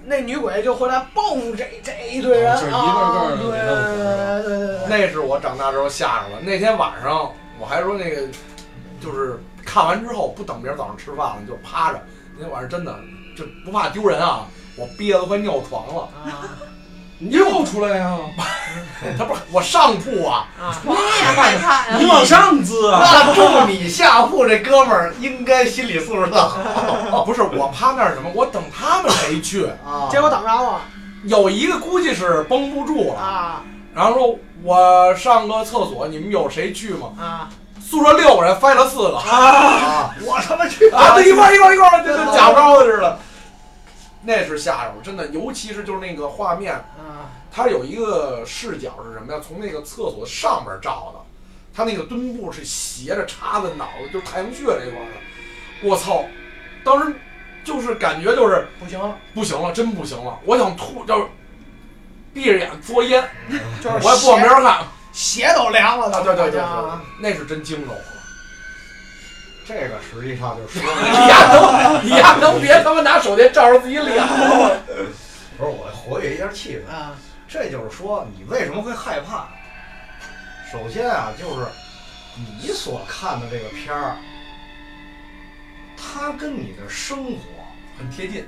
Speaker 4: 那女鬼就回来报复这这一堆人
Speaker 6: 哦就是一个
Speaker 4: 啊，
Speaker 6: 个
Speaker 4: 对
Speaker 6: 的
Speaker 4: 对对对对，
Speaker 2: 那是我长大之后吓着了。那天晚上我还说那个，就是看完之后不等明儿早上吃饭了，就趴着。那天晚上真的就不怕丢人啊，我憋得快尿床了。
Speaker 6: 你又出来呀？
Speaker 2: 他不是我上铺啊，
Speaker 4: 啊啊，
Speaker 5: 你也害怕呀？
Speaker 6: 你往上滋啊！
Speaker 3: 那住你下铺这哥们儿应该心理素质好
Speaker 2: 哦不是我趴那儿什么，我等他们谁去？
Speaker 3: 啊
Speaker 4: 结果等着了
Speaker 2: 有一个估计是绷不住了，
Speaker 4: 啊
Speaker 2: 然后说我上个厕所，你们有谁去吗？
Speaker 4: 啊
Speaker 2: 宿舍六个人翻了四个，
Speaker 3: 啊，我他妈去
Speaker 2: 啊，对，一块儿一块儿一块儿，就跟假招的似的。那是吓着我，真的，尤其是就是那个画面。
Speaker 4: 啊
Speaker 2: 它有一个视角是什么呀？从那个厕所上边照的，它那个墩布是斜着插在脑袋，就是太阳穴这块儿的。我操！当时就是感觉就是
Speaker 4: 不行了，
Speaker 2: 不行了，真不行了，我想吐，就是闭着眼嘬烟，
Speaker 4: 就
Speaker 2: 我
Speaker 4: 是
Speaker 2: 也不往
Speaker 4: 鞋
Speaker 2: 边上看。
Speaker 4: 鞋都凉了，
Speaker 3: 哎
Speaker 2: 啊，对对对对
Speaker 4: 啊
Speaker 2: 那是真惊着我了。
Speaker 3: 这个实际上就说 明
Speaker 2: 你 丫能，你丫能别他妈拿手电照着自己 脸吗？
Speaker 3: 不是我活跃一下气氛。
Speaker 4: 啊，
Speaker 3: 这就是说，你为什么会害怕？首先啊，就是你所看的这个片儿，它跟你的生活
Speaker 2: 很贴近，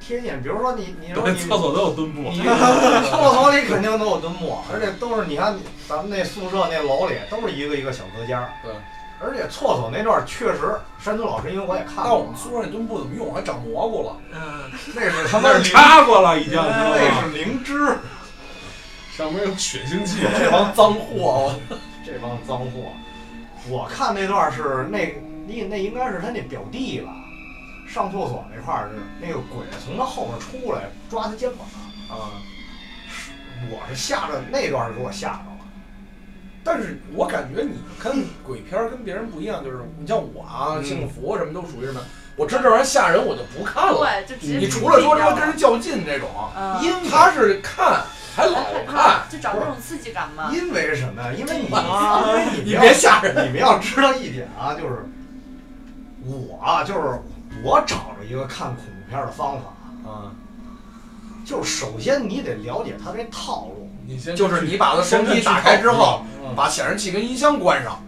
Speaker 3: 贴近。比如说你，你说
Speaker 6: 连
Speaker 3: 你
Speaker 6: 厕所都有墩布
Speaker 3: 你，厕所里肯定都有墩布，而且都是你看咱们那宿舍那楼里都是一个一个小隔间儿。
Speaker 2: 对。
Speaker 3: 而且厕所那段儿确实，山村老师因为我也看
Speaker 2: 但
Speaker 3: 过
Speaker 2: 我
Speaker 3: 嘛
Speaker 2: 们，宿舍那墩布怎么用？还长蘑菇了，
Speaker 4: 嗯，
Speaker 3: 那是他妈
Speaker 6: 那
Speaker 3: 灵
Speaker 6: 是，插过了已经，你知道
Speaker 3: 哎那
Speaker 6: 吗？
Speaker 3: 是灵芝，
Speaker 6: 上面有血 腥气，
Speaker 2: 这帮脏货！
Speaker 3: 这帮脏货。我看那段儿是那那那应该是他那表弟吧，上厕所那块儿是那个鬼从他后面出来抓他肩膀啊，是我是吓着那段儿给我吓着了。
Speaker 2: 但是我感觉你跟鬼片儿跟别人不一样，就是你像我啊，
Speaker 3: 嗯
Speaker 2: 幸福什么都属于什么，我知道这玩意儿吓人，我就不看了。
Speaker 5: 对，就直接
Speaker 2: 你除了说
Speaker 5: 这
Speaker 2: 这跟人较劲这种，
Speaker 5: 嗯
Speaker 2: 因为他是看还老
Speaker 5: 害
Speaker 2: 看
Speaker 5: 怕，，就找这种刺激感嘛。
Speaker 3: 因为是什么呀？因为你，
Speaker 4: 啊
Speaker 3: 因为你
Speaker 2: 啊你
Speaker 3: 要
Speaker 2: 别吓人。
Speaker 3: 你们要知道一点啊，就是我啊就是我找着一个看恐怖片儿的方法，
Speaker 2: 啊，
Speaker 3: 就是首先你得了解它这套路，
Speaker 6: 你先
Speaker 2: 就是你把他手机打开之后，把显示器跟音箱关上，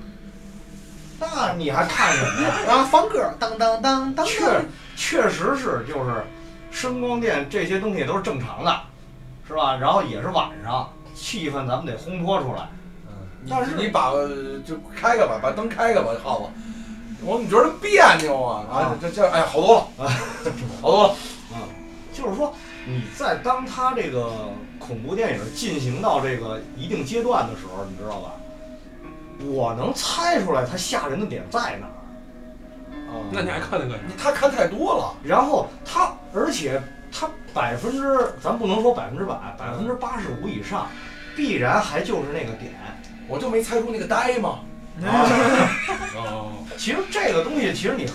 Speaker 3: 那你还看什么 呀？
Speaker 4: 然后放歌，当当当嗯当
Speaker 3: 确
Speaker 4: 当，
Speaker 3: 确实是就是声光电这些东西都是正常的，是吧？然后也是晚上，气氛咱们得烘托出来。
Speaker 2: 你
Speaker 3: 但是
Speaker 2: 你把呃就开开吧，把灯开开吧，耗子。我怎么觉得别扭啊？啊
Speaker 3: 啊，
Speaker 2: 这这哎，好多了，好多了。
Speaker 3: 就是说，你在当它这个恐怖电影进行到这个一定阶段的时候，你知道吧？我能猜出来它吓人的点在哪儿，啊
Speaker 6: 那你还看那干啥？
Speaker 2: 你他看太多了，
Speaker 3: 然后它，而且它百分之，咱不能说百分之百，百分之八十五以上，必然还就是那个点。啊
Speaker 2: 我就没猜出那个呆嘛。
Speaker 4: 嗯
Speaker 6: 哦，
Speaker 3: 其实这个东西，其实你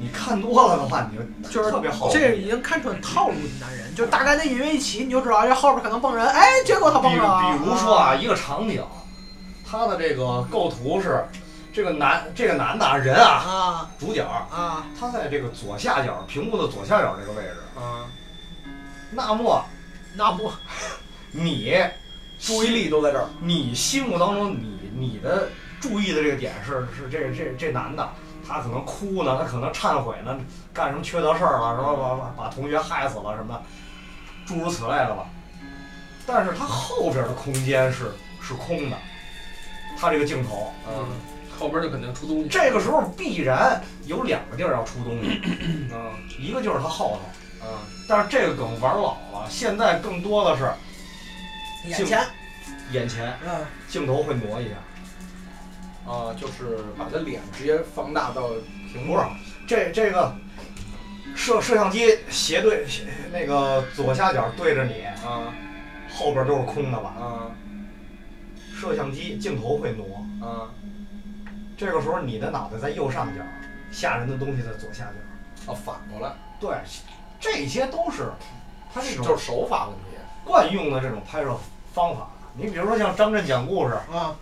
Speaker 3: 你看多了的话，你就
Speaker 4: 就是
Speaker 3: 特别好。
Speaker 4: 这已经看穿套路的男人，就是大概那音乐一起，你就知道这后边可能蹦人，哎，结果他
Speaker 3: 比
Speaker 4: 蹦
Speaker 3: 如
Speaker 4: 了。
Speaker 3: 比如说啊，一个场景，它的这个构图是这个男这个男的啊人啊，
Speaker 4: 啊
Speaker 3: 主角
Speaker 4: 啊
Speaker 3: 他在这个左下角屏幕的左下角这个位置，
Speaker 4: 嗯
Speaker 2: 啊，
Speaker 3: 那么
Speaker 4: 那不
Speaker 3: 你
Speaker 2: 注意力都在这儿。
Speaker 3: 你心目当中你你的注意的这个点是是这这这男的，他可能哭呢，他可能忏悔呢，干什么缺德事儿了，什么把把把同学害死了什么的，诸如此类的吧。但是他后边的空间是是空的，他这个镜头，
Speaker 2: 嗯，
Speaker 6: 后边就肯定出东西。
Speaker 3: 这个时候必然有两个地儿要出东西，
Speaker 2: 嗯
Speaker 3: 一个就是他后头，
Speaker 2: 嗯，
Speaker 3: 但是这个梗玩老了，现在更多的是
Speaker 4: 眼前，
Speaker 3: 眼前
Speaker 4: 嗯，
Speaker 3: 镜头会挪一下，
Speaker 2: 啊，就是把他脸直接放大到屏幕
Speaker 3: 不是
Speaker 2: 上。
Speaker 3: 这这个摄摄像机斜对斜那个左下角对着你，
Speaker 2: 啊
Speaker 3: 后边都是空的吧？
Speaker 2: 啊
Speaker 3: 摄像机镜头会挪，
Speaker 2: 啊！
Speaker 3: 这个时候你的脑袋在右上角，吓人的东西在左下角。
Speaker 2: 啊，反过来，
Speaker 3: 对，这些都是他这
Speaker 2: 就
Speaker 3: 种
Speaker 2: 是手法问题。
Speaker 3: 惯用的这种拍摄方法。你比如说像张震讲故事，
Speaker 4: 啊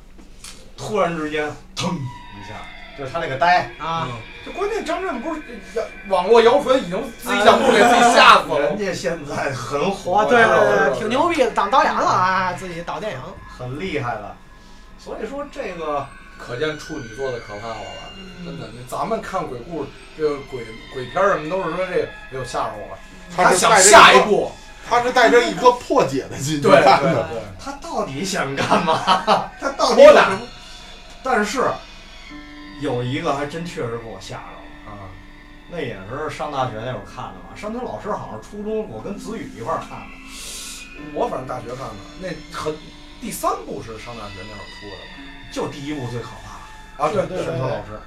Speaker 3: 突然之间腾一下，就是他那个呆，
Speaker 4: 啊，
Speaker 2: 这关键张震不是呃网络谣传已经自己讲故事给自己吓死
Speaker 3: 人
Speaker 2: 了。
Speaker 3: 家现在很火
Speaker 4: 我
Speaker 3: 呀，
Speaker 4: 对
Speaker 2: 对
Speaker 4: 对
Speaker 2: 对
Speaker 4: 对，挺牛逼的，当导演了啊，自己导电影。
Speaker 3: 很厉害了。所以说这个
Speaker 2: 可见处女座的可怕，好吧？真的，你咱们看鬼故事，这个鬼鬼片儿什么都是说这个，哎呦吓着我了，
Speaker 1: 他是
Speaker 2: 想
Speaker 1: 带着
Speaker 2: 下一
Speaker 1: 个，
Speaker 2: 步，
Speaker 1: 他是带着一颗破解的心
Speaker 2: 对
Speaker 1: 去
Speaker 2: 对
Speaker 1: 看的。
Speaker 2: 对，
Speaker 3: 他到底想干嘛？ 他到底
Speaker 2: 拨
Speaker 3: 有
Speaker 2: 打
Speaker 3: 什么？但是有一个还真确实给我吓着了，
Speaker 2: 啊，
Speaker 3: 那也是上大学那会儿看的吧。山村老师好像初中我跟子宇一块儿看的，
Speaker 2: 我反正大学看的，那很第三部是上大学那会儿出的
Speaker 3: 就第一部最可怕，
Speaker 2: 吧？啊，对对
Speaker 3: 山村老师。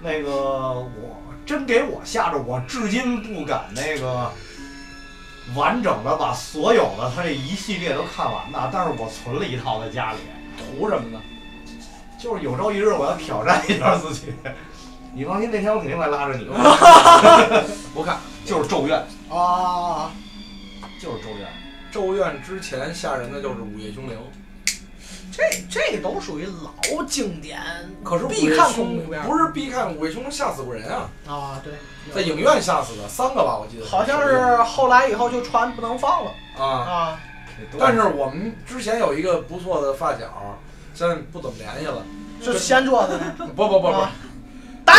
Speaker 3: 那个我真给我吓着，我至今不敢那个完整的把所有的他这一系列都看完呐，但是我存了一套在家里。
Speaker 2: 图什么呢？
Speaker 3: 就是有朝一日我要挑战一下自己。 你放心，那天我肯定来拉着你。
Speaker 2: 不看
Speaker 3: 就是咒怨，
Speaker 4: 啊，
Speaker 3: 就是咒怨。
Speaker 2: 《咒怨》之前吓人的就是《午夜凶铃》，
Speaker 4: 这这都属于老经典
Speaker 2: 可是
Speaker 4: 必看恐怖片
Speaker 2: 不是必看，鬼凶吓死过人啊，
Speaker 4: 啊，对，
Speaker 2: 在影院吓死的三个吧，我记得
Speaker 4: 好像是后来以后就传不能放了
Speaker 2: 啊。
Speaker 4: 啊，
Speaker 2: 但是我们之前有一个不错的发小，现在不怎么联 系了。
Speaker 4: 是先做 的呢，
Speaker 2: 不不不不，
Speaker 4: 啊 呆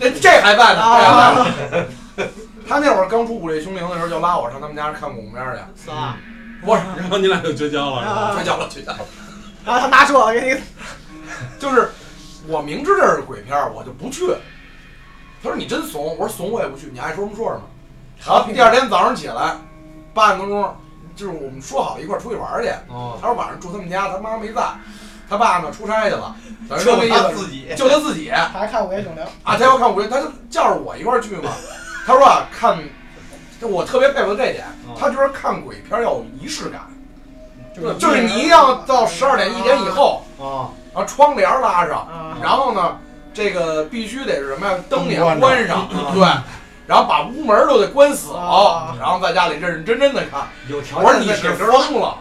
Speaker 2: 那这还办呢，这还办呢。
Speaker 4: 啊，
Speaker 2: 他那会儿刚出《午夜凶铃》的时候，就拉我上他们家看恐怖片去，
Speaker 4: 是吧？
Speaker 2: 不是
Speaker 6: 然后你俩就绝交了，是吧？
Speaker 4: 啊
Speaker 2: 睡觉了睡觉了。
Speaker 4: 然啊后他拿这个给你，
Speaker 2: 就是我明知这是鬼片儿，我就不去。他说你真怂，我说怂我也不去，你爱说什么说什么。好，第二天早上起来八点多钟，就是我们说好一块儿出去玩儿去。
Speaker 3: 哦，
Speaker 2: 他说晚上住他们家，他妈没在，他爸呢出差去了，等于
Speaker 3: 就
Speaker 2: 说那意
Speaker 3: 他
Speaker 2: 思
Speaker 3: 自己，
Speaker 2: 就他自己啊，
Speaker 4: 还看《午夜凶铃》
Speaker 2: 他要看午夜，他就叫着我一块儿去 嘛。他说啊，看，就我特别佩服这点，
Speaker 3: 嗯
Speaker 2: 他觉得看鬼片儿要有仪式感，就是你一定要到十二点一点以后，
Speaker 3: 啊，
Speaker 2: 然后窗帘儿拉上。
Speaker 4: 啊，
Speaker 2: 然后呢，这个必须得是什么呀？灯也
Speaker 1: 关着
Speaker 2: 关嗯上，对，然后把屋门都得关死
Speaker 4: 啊
Speaker 2: 了，然后在家里认认真真的看。
Speaker 3: 有
Speaker 2: 我
Speaker 3: 条
Speaker 2: 说
Speaker 3: 件
Speaker 2: 你
Speaker 3: 在
Speaker 2: 是
Speaker 3: 这
Speaker 2: 疯 了，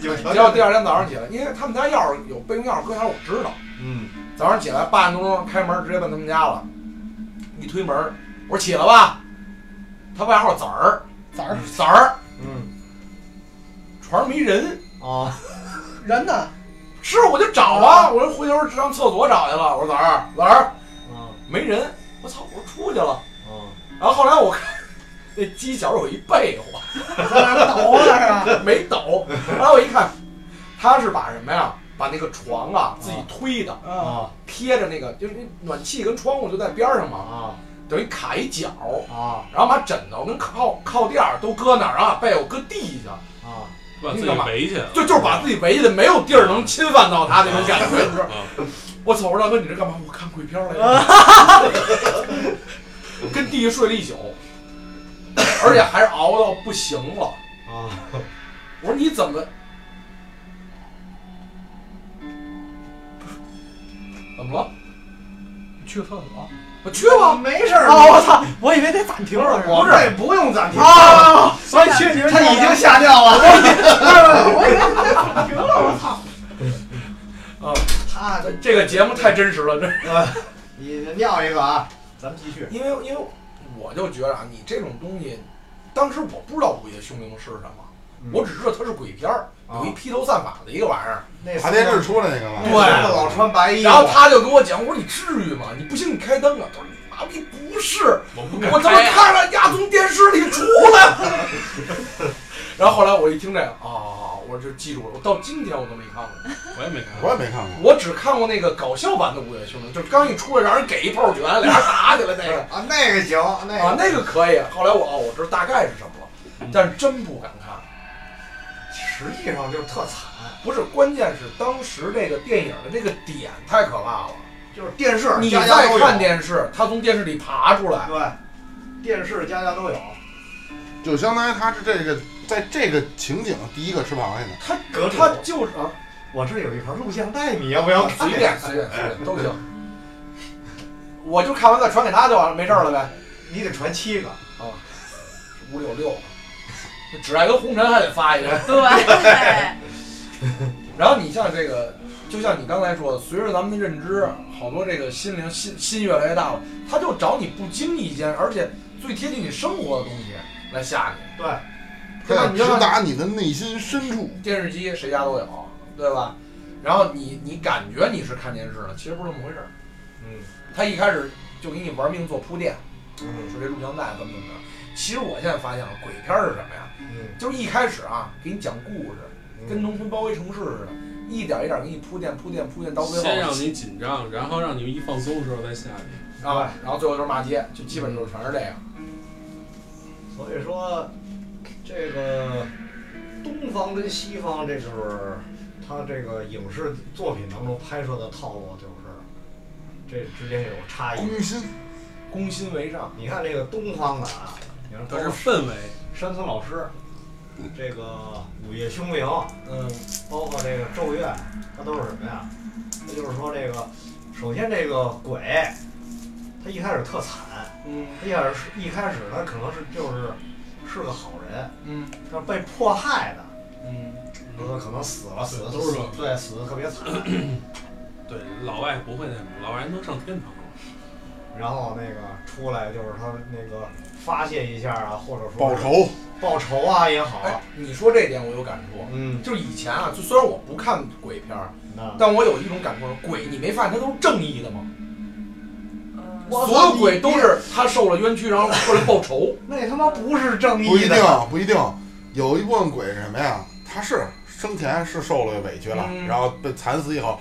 Speaker 3: 有条
Speaker 2: 结果第
Speaker 3: 件，
Speaker 2: 二天早上起来，因为他们家钥匙有备用钥匙，搁哪儿我知道。
Speaker 3: 嗯，
Speaker 2: 早上起来八点多钟开门，直接奔他们家了，一推门，我说起来吧，他外号子儿，
Speaker 4: 崽儿
Speaker 2: 子儿，
Speaker 3: 嗯，
Speaker 2: 床上没人。
Speaker 3: 啊，
Speaker 4: 人呢？
Speaker 2: 是，我就找啊！我说回头上厕所找去了。我说子儿，子儿
Speaker 3: 啊，
Speaker 2: 没人。我操！我说出去了。
Speaker 3: 啊，
Speaker 2: 然后后来我看那犄角有一被窝，
Speaker 4: 在那儿抖那儿啊，
Speaker 2: 没抖。然后我一看，他是把什么呀？把那个床啊自己推的，
Speaker 4: 啊，
Speaker 3: 啊，
Speaker 2: 贴着那个就是那暖气跟窗户就在边上嘛，
Speaker 3: 啊，
Speaker 2: 等于卡一角，
Speaker 3: 啊，
Speaker 2: 然后把枕头跟靠靠垫儿都搁那儿啊，被我搁地下，
Speaker 3: 啊，
Speaker 6: 把自己围起来了，
Speaker 2: 就就是把自己围的没有地儿能侵犯到他那种感觉，就是
Speaker 6: 啊，
Speaker 2: 我瞅着大哥你这干嘛？我看鬼片儿来着，跟地下睡了一宿，而且还是熬到不行了。
Speaker 3: 啊，
Speaker 2: 我说你怎么？怎么了？
Speaker 4: 你去个厕所。
Speaker 2: 我去吧。哦
Speaker 3: 没事儿，
Speaker 4: 哦，我操！我以为得暂停了，是吧
Speaker 3: 我这不用暂停，
Speaker 4: 啊，
Speaker 3: 所以确实他已经下掉了，
Speaker 4: 我以为得暂停了，我操！
Speaker 2: 啊，
Speaker 3: 他这
Speaker 2: 这个节目太真实了，这
Speaker 3: 你尿一个啊，咱们继续，
Speaker 2: 因为因为我就觉得啊，你这种东西，当时我不知道《午夜凶铃》是什么，我只知道它是鬼片儿，有一披头散发的一个玩意儿。
Speaker 3: 那
Speaker 1: 爬电视出来那个吧？
Speaker 2: 对
Speaker 3: 老穿白衣服，啊
Speaker 2: 然后他就跟我讲，我说你至于吗？你不信你开灯啊？他说你妈逼不是，
Speaker 6: 我不敢
Speaker 2: 我他妈
Speaker 6: 开啊，
Speaker 2: 看了丫从电视里出来了。 然后后来我一听这个啊，我就记住了，我到今天我都没看过。
Speaker 6: 我也没看
Speaker 1: 我
Speaker 6: 过。
Speaker 1: 也没看过。
Speaker 2: 我只看过那个搞笑版的《午夜凶铃》，就是刚一出来让人给一炮卷，俩人打起来那个
Speaker 3: 啊，那个行，那
Speaker 2: 啊，
Speaker 3: 个
Speaker 2: 那个可以。后来我哦，我知道大概是什么
Speaker 6: 嗯
Speaker 2: 了，但是真不敢看。
Speaker 3: 实际上就是特惨，
Speaker 2: 不是，关键是当时这个电影的这个点太可怕了。
Speaker 3: 就是电视
Speaker 2: 你
Speaker 3: 家家
Speaker 2: 再
Speaker 3: 都有
Speaker 2: 看电视，他从电视里爬出来，
Speaker 3: 对，电视家家都有，
Speaker 1: 就相当于他是这个在这个情景第一个吃螃蟹的，
Speaker 2: 他
Speaker 3: 隔
Speaker 2: 他就是啊，
Speaker 3: 我这有一盘录像带，你要不要
Speaker 2: 随便随便随便都行。我就看完再传给他就完了，没事儿了呗。
Speaker 3: 你得传七个，
Speaker 2: 五六六，只爱跟红尘还得发一个。呃
Speaker 5: 对，
Speaker 2: 然后你像这个，就像你刚才说的，随着咱们的认知，好多这个心灵心心越来越大了，他就找你不经意间，而且最贴近你生活的东西来吓你。
Speaker 3: 对，
Speaker 1: 他
Speaker 2: 对吧？
Speaker 1: 要
Speaker 2: 你
Speaker 1: 直
Speaker 2: 像
Speaker 1: 达你的内心深处。
Speaker 2: 电视机谁家都有，对吧？然后你你感觉你是看电视了，其实不是那么回事儿。
Speaker 3: 嗯
Speaker 2: 他一开始就给你玩命做铺垫，
Speaker 3: 嗯
Speaker 2: 说这录像带怎么怎么着。其实我现在发现了，鬼片儿是什么呀？
Speaker 3: 嗯，
Speaker 2: 就是一开始啊，给你讲故事，跟农村包围城市似的，一点一点给你铺垫铺垫铺垫到最后，
Speaker 6: 先让你紧张，然后让你们一放松的时候再下去。
Speaker 2: 啊，然后最后就是骂街，就基本就是全是这样。
Speaker 3: 所以说呃这个东方跟西方，这就是他这个影视作品当中拍摄的套路，就是这之间有差异。
Speaker 1: 攻心，
Speaker 2: 攻心为上，
Speaker 3: 你看这个东方的啊，你看
Speaker 6: 它
Speaker 3: 都
Speaker 6: 是
Speaker 3: 是
Speaker 6: 氛围，
Speaker 3: 山村老师，这个《午夜凶铃》，
Speaker 2: 嗯，
Speaker 3: 包括这个《咒怨》，它都是什么呀？它就是说这个，首先这个鬼，他一开始特惨，
Speaker 2: 嗯
Speaker 3: 他一开始是一开始他可能是就是是个好人，
Speaker 2: 嗯
Speaker 3: 他是被迫害的，
Speaker 2: 嗯
Speaker 3: 有的可能死了，死的
Speaker 6: 都是这个
Speaker 3: 对死的特别惨。
Speaker 6: 对，老外不会那什么，老外都上天堂了。
Speaker 3: 然后那个出来就是他那个发泄一下啊，或者说
Speaker 1: 报仇，
Speaker 3: 报仇啊也好，
Speaker 2: 哎，你说这点我有感触，
Speaker 3: 嗯，
Speaker 2: 就是以前啊，就虽然我不看鬼片儿，
Speaker 3: 那
Speaker 2: 但我有一种感触，鬼你没发现它都是正义的吗？
Speaker 5: 嗯
Speaker 3: 我操
Speaker 2: 所有鬼都是他受了冤屈，然后过来报仇。
Speaker 3: 那他妈不是正
Speaker 1: 不
Speaker 3: 义
Speaker 1: 一定
Speaker 3: 的，
Speaker 1: 不一定，有一部分鬼是什么呀？他是生前是受了委屈了，
Speaker 2: 嗯
Speaker 1: 然后被惨死以后，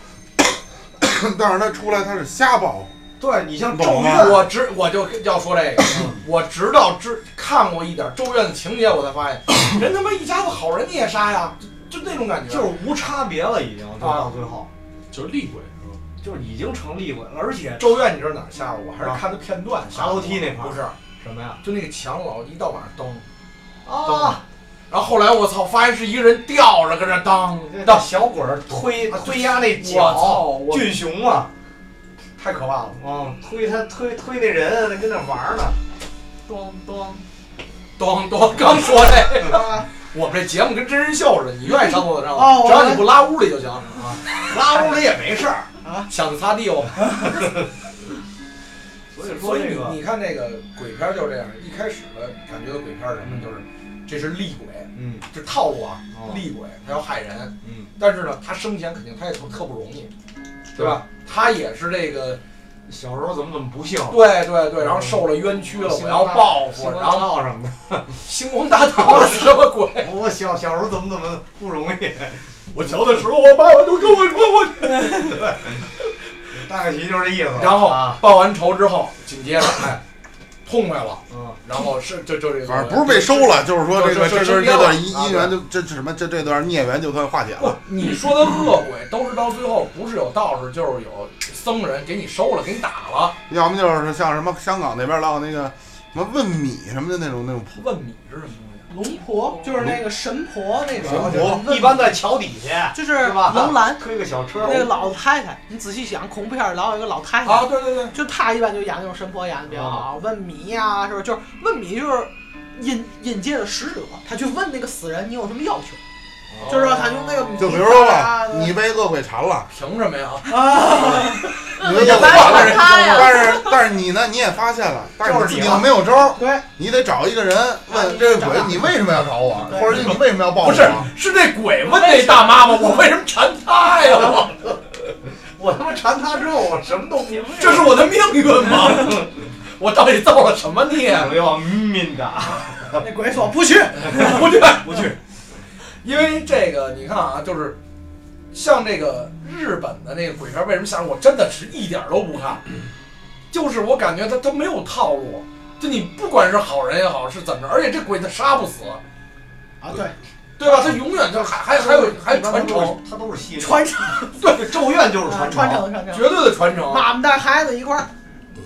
Speaker 1: 但是他出来他是瞎报，
Speaker 3: 对你像
Speaker 1: 懂
Speaker 3: 咒
Speaker 1: 吗
Speaker 3: 怨，
Speaker 2: 我知我就要说这个，嗯我直到知看过一点《咒怨》的情节，我才发现，人他妈一家子好人你也杀呀，就就那种感觉。
Speaker 3: 就是无差别了，已经就
Speaker 2: 啊
Speaker 3: 到最后，
Speaker 6: 就是厉鬼是吧？
Speaker 3: 就是已经成厉鬼了，而且
Speaker 2: 《咒怨》，你知道哪儿吓我？我还是看的片段，
Speaker 3: 啊爬楼梯那块儿
Speaker 2: 不是，
Speaker 3: 什么呀？
Speaker 2: 就那个墙老一到晚上蹬
Speaker 3: 啊，
Speaker 2: 蹬，然后后来我操，发现是一个人吊着跟那当
Speaker 3: 那
Speaker 2: 当，
Speaker 3: 小鬼儿推
Speaker 2: 啊对
Speaker 3: 推压那
Speaker 2: 我
Speaker 3: 脚，啊
Speaker 2: 操，我
Speaker 3: 俊雄嘛，
Speaker 2: 太可怕了，
Speaker 3: 嗯，推他推推那人跟那玩 儿呢，
Speaker 4: 咣咣，
Speaker 2: 咚咚，刚说这，
Speaker 3: 对吧？
Speaker 2: 我们这节目跟真人秀似的，你愿意上厕所上
Speaker 4: 哦
Speaker 2: 厕所，只要你不拉屋里就行，
Speaker 3: 啊
Speaker 2: 啊
Speaker 3: 拉屋里也没事儿，
Speaker 2: 想擦地我
Speaker 3: 所以
Speaker 2: 所
Speaker 3: 说
Speaker 2: 以
Speaker 3: 这个
Speaker 2: 你你看这个鬼片儿就是这样，一开始的感觉的鬼片儿是什么，就是这是厉鬼，
Speaker 3: 嗯
Speaker 2: 这套路啊，
Speaker 3: 哦
Speaker 2: 厉鬼他要害人，
Speaker 3: 嗯，
Speaker 2: 但是呢，他生前肯定他也特特不容易，对吧？他也是这个，
Speaker 3: 小时候怎么怎么不幸，
Speaker 2: 对对对，然后受了冤屈了，
Speaker 3: 星
Speaker 2: 我
Speaker 3: 光
Speaker 2: 要
Speaker 3: 大哦
Speaker 2: 报
Speaker 3: 嗯星
Speaker 2: 复，
Speaker 3: 光
Speaker 2: 然后
Speaker 3: 道什么
Speaker 2: 星光大道是什么鬼？
Speaker 3: 的， 我小小时候怎么怎么不容 易，
Speaker 2: 我小的时候，我爸爸就跟我说我，
Speaker 3: 大概其就是这意思。
Speaker 2: 然后
Speaker 3: 啊，
Speaker 2: 报完仇之后，紧接着哎，痛快了，
Speaker 3: 嗯，
Speaker 2: 然后是就就这个，
Speaker 1: 反正不是被收了，就是说这个
Speaker 2: 就
Speaker 1: 这
Speaker 2: 就
Speaker 1: 这
Speaker 2: 就
Speaker 1: 这段
Speaker 2: 就哦
Speaker 1: 姻姻缘就这这什么这这段孽缘就算化解
Speaker 2: 不
Speaker 1: 了。，
Speaker 2: 你说的恶鬼都是到最后不是有道士就是有僧人给你收了，给你打了。
Speaker 1: 要么就是像什么香港那边老有那个什么问米什么的那种那种谱，
Speaker 2: 问米是什么东西？啊
Speaker 4: 龙婆就是那个神婆那种，
Speaker 1: 神婆
Speaker 3: 我一般在桥底下
Speaker 4: 就是
Speaker 3: 是吧
Speaker 4: 楼兰
Speaker 3: 推个小车，
Speaker 4: 那个老太太。你仔细想，恐怖片儿老有一个老太太，
Speaker 2: 啊，对对对，
Speaker 4: 就她一般就演那种神婆演的比较好。问米呀、是不是？就是问米就是引引介的使者，他去问那个死人你有什么要求，
Speaker 2: 哦
Speaker 4: 就是说他用那个米
Speaker 1: 就比如说吧
Speaker 4: 啊，
Speaker 1: 你被恶鬼缠了，
Speaker 2: 凭什么呀？
Speaker 1: 你
Speaker 5: 你
Speaker 1: 就
Speaker 5: 把
Speaker 1: 把
Speaker 5: 我他呀，
Speaker 1: 但是但是你呢，你也发现了，但是
Speaker 3: 就
Speaker 1: 你
Speaker 3: 是
Speaker 1: 自
Speaker 3: 你
Speaker 1: 己
Speaker 3: 了
Speaker 1: 又没有招儿，
Speaker 4: 对，
Speaker 1: 你得找一个人问
Speaker 4: 啊你
Speaker 1: 这个
Speaker 4: 找
Speaker 1: 鬼
Speaker 4: 他
Speaker 1: 你为什么要找我，
Speaker 4: 对
Speaker 1: 或者你啊为什么要报
Speaker 2: 不
Speaker 1: 复
Speaker 2: 是
Speaker 1: 我？，
Speaker 2: 是那鬼问那大妈吗？我为什么缠她呀？我
Speaker 3: 我他妈缠他之后，我什么都不明白。
Speaker 2: 这是我的命运吗？我到底造了什么孽？
Speaker 3: 我要哎敏感，
Speaker 4: 那鬼说不去，
Speaker 2: 不去不去，因为这个你看啊，就是像这个日本的那个鬼片，为什么吓人？我真的是一点儿都不看，就是我感觉他他没有套路，就你不管是好人也好是怎么着，而且这鬼他杀不死，
Speaker 4: 啊，对，
Speaker 2: 对吧？他永远就还还还有还传承，，
Speaker 3: 他都是戏
Speaker 4: 传承
Speaker 3: 对咒怨就是
Speaker 4: 传
Speaker 3: 传
Speaker 4: 承传承，
Speaker 2: 绝对的传承。
Speaker 4: 妈妈带孩子一块儿，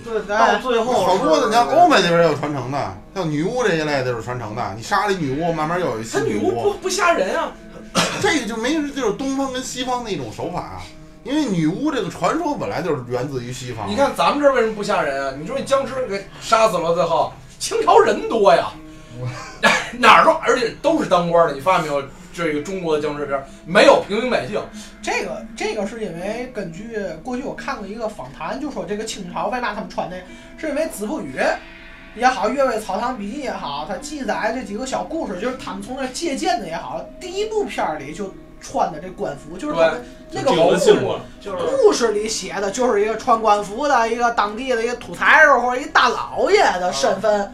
Speaker 3: 对，到最后
Speaker 1: 好多的，
Speaker 3: 是
Speaker 1: 你像欧美那边有传承的，像女巫这一类的就是传承的。你杀了一女巫，慢慢又有一
Speaker 2: 他
Speaker 1: 新
Speaker 2: 女巫
Speaker 1: 巫
Speaker 2: 不，不吓人啊，
Speaker 1: 这个就没就是东方跟西方的一种手法，啊因为女巫这个传说本来就是源自于西方。
Speaker 2: 你，看咱们这儿为什么不吓人啊？你说那僵尸给杀死了，最后清朝人多呀，哪儿都而且都是当官的，你发现没有？这个中国的僵尸片儿没有平民百姓，
Speaker 4: 这个这个是因为根据过去我看过一个访谈，就说这个清朝为嘛他们穿那，是因为子不语也好，《阅微草堂笔记》也好，它记载这几个小故事，就是他们从那借鉴的也好，第一部片儿里就穿的这官服，就是他们那个
Speaker 6: 定
Speaker 4: 故
Speaker 6: 了
Speaker 4: 事
Speaker 6: 性了，
Speaker 3: 就是
Speaker 4: 故事里写的就是一个穿官服的一个当地的一个土财主或者一大老爷的身份，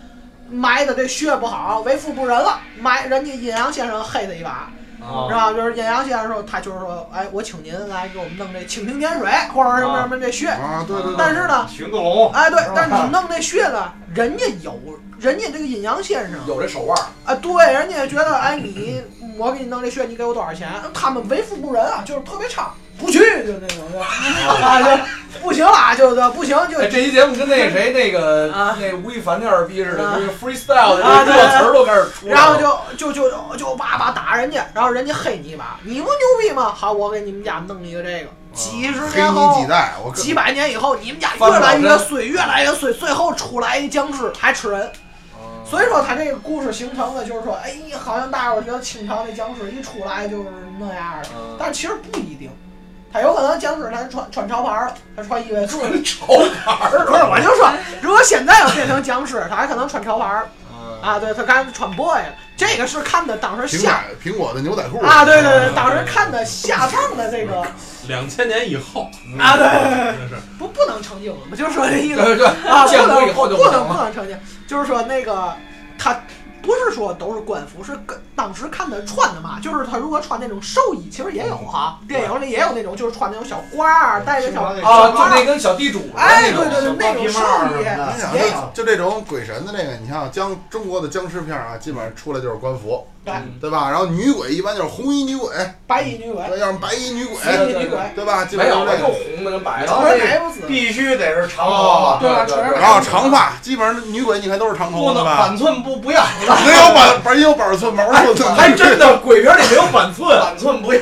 Speaker 4: 埋的这血不好，为富不仁了，埋人家阴阳先生黑他一把，
Speaker 3: 啊
Speaker 4: 是吧？就是阴阳先生说他就是说，哎，我请您来给我们弄这蜻蜓点水或者什么什么这血，嗯
Speaker 1: 啊，对对对，
Speaker 4: 但是呢，
Speaker 3: 寻个龙，啊
Speaker 4: 哎对
Speaker 3: 是吧，
Speaker 4: 但是你弄这血呢，人家有，人家这个阴阳先生
Speaker 2: 有这手腕儿，
Speaker 4: 啊，对，人家也觉得，哎，你我给你弄这血，你给我多少钱？他们为富不仁啊，就是特别差，不去就那种的， 啊，就不行了，就是不行就
Speaker 2: 哎，这期节目跟那个谁那个
Speaker 4: 啊
Speaker 2: 那吴亦凡那二逼似的，
Speaker 4: 啊
Speaker 2: 就是 freestyle 的
Speaker 4: 啊
Speaker 2: 这
Speaker 4: 对
Speaker 2: 热词儿都开始出来了。
Speaker 4: 然后就就就就叭叭打人家，然后人家黑你一把，你不牛逼吗？好，我给你们家弄一个这个，几十
Speaker 1: 黑
Speaker 4: 年
Speaker 1: 你
Speaker 4: 后
Speaker 1: 几。代，我跟
Speaker 4: 几百年以后，你们家
Speaker 2: 翻
Speaker 4: 越来
Speaker 2: 老
Speaker 4: 越
Speaker 2: 人哦
Speaker 4: 衰，越来越衰，最后出来一僵尸还吃人，所以说他这个故事形成的就是说，哎，好像大伙儿觉得清朝那僵尸一出来就是那样的，
Speaker 2: 嗯
Speaker 4: 但其实不一定，他有可能僵尸他穿穿潮牌儿了，他穿意味素，不是
Speaker 2: 潮牌 儿
Speaker 4: 我就说，如果现在要变成僵尸，他还可能穿潮牌儿啊，对他刚才穿 boy 了，这个是看的当时
Speaker 1: 苹
Speaker 4: 吓
Speaker 1: 果苹果的牛仔裤
Speaker 4: 啊，对对对，当时看的下放的这个
Speaker 6: 两千年以 后，
Speaker 2: 嗯
Speaker 4: 啊，对对对，
Speaker 6: 这是
Speaker 4: 不不能成精了嘛，就是说这意思。
Speaker 2: 对对，
Speaker 4: 啊，
Speaker 2: 建
Speaker 4: 不
Speaker 2: 国
Speaker 4: 能
Speaker 2: 以后就
Speaker 4: 不
Speaker 2: 行
Speaker 4: 能不
Speaker 2: 了。
Speaker 4: 能成精，就是说那个他不是说都是官服，是跟当时看他穿的嘛，就是他如果穿那种寿衣，其实也有哈，
Speaker 2: 嗯
Speaker 4: 电影里也有那种就是穿那种小褂儿，戴着小
Speaker 3: 清朝那个
Speaker 2: 啊，就那跟小地主似的
Speaker 4: 哎，
Speaker 2: 那
Speaker 4: 对
Speaker 2: 种
Speaker 4: 对对，那种寿衣
Speaker 1: 啊你想，
Speaker 2: 哎
Speaker 4: 也有
Speaker 1: 就就这种鬼神的那个，你像僵中国的僵尸片啊，基本上出来就是官服，
Speaker 4: 对
Speaker 2: 嗯
Speaker 1: 对吧？然后女鬼一般就是红衣女鬼，
Speaker 4: 白衣女鬼，
Speaker 1: 要么白衣女鬼，
Speaker 4: 白衣女鬼，
Speaker 2: 哎
Speaker 1: 对吧？基
Speaker 2: 没
Speaker 1: 本
Speaker 2: 有
Speaker 1: 上
Speaker 2: 了，
Speaker 1: 这
Speaker 2: 就
Speaker 1: 个。
Speaker 2: 红的跟白
Speaker 3: 然
Speaker 2: 的
Speaker 3: 后。哦
Speaker 4: 纯白不死，
Speaker 3: 必须得是
Speaker 2: 哦
Speaker 3: 长啊头
Speaker 4: 对吧
Speaker 2: 对
Speaker 4: 纯
Speaker 2: 对
Speaker 4: 白
Speaker 1: 然后长发，基本上女鬼你看都是长
Speaker 3: 发，不
Speaker 1: 头
Speaker 3: 能
Speaker 1: 的吧？
Speaker 3: 板寸不不要，
Speaker 1: 没有板，板也有板寸、毛 寸的，
Speaker 2: 哎还真的，鬼片里没有反寸。
Speaker 3: 板寸不要。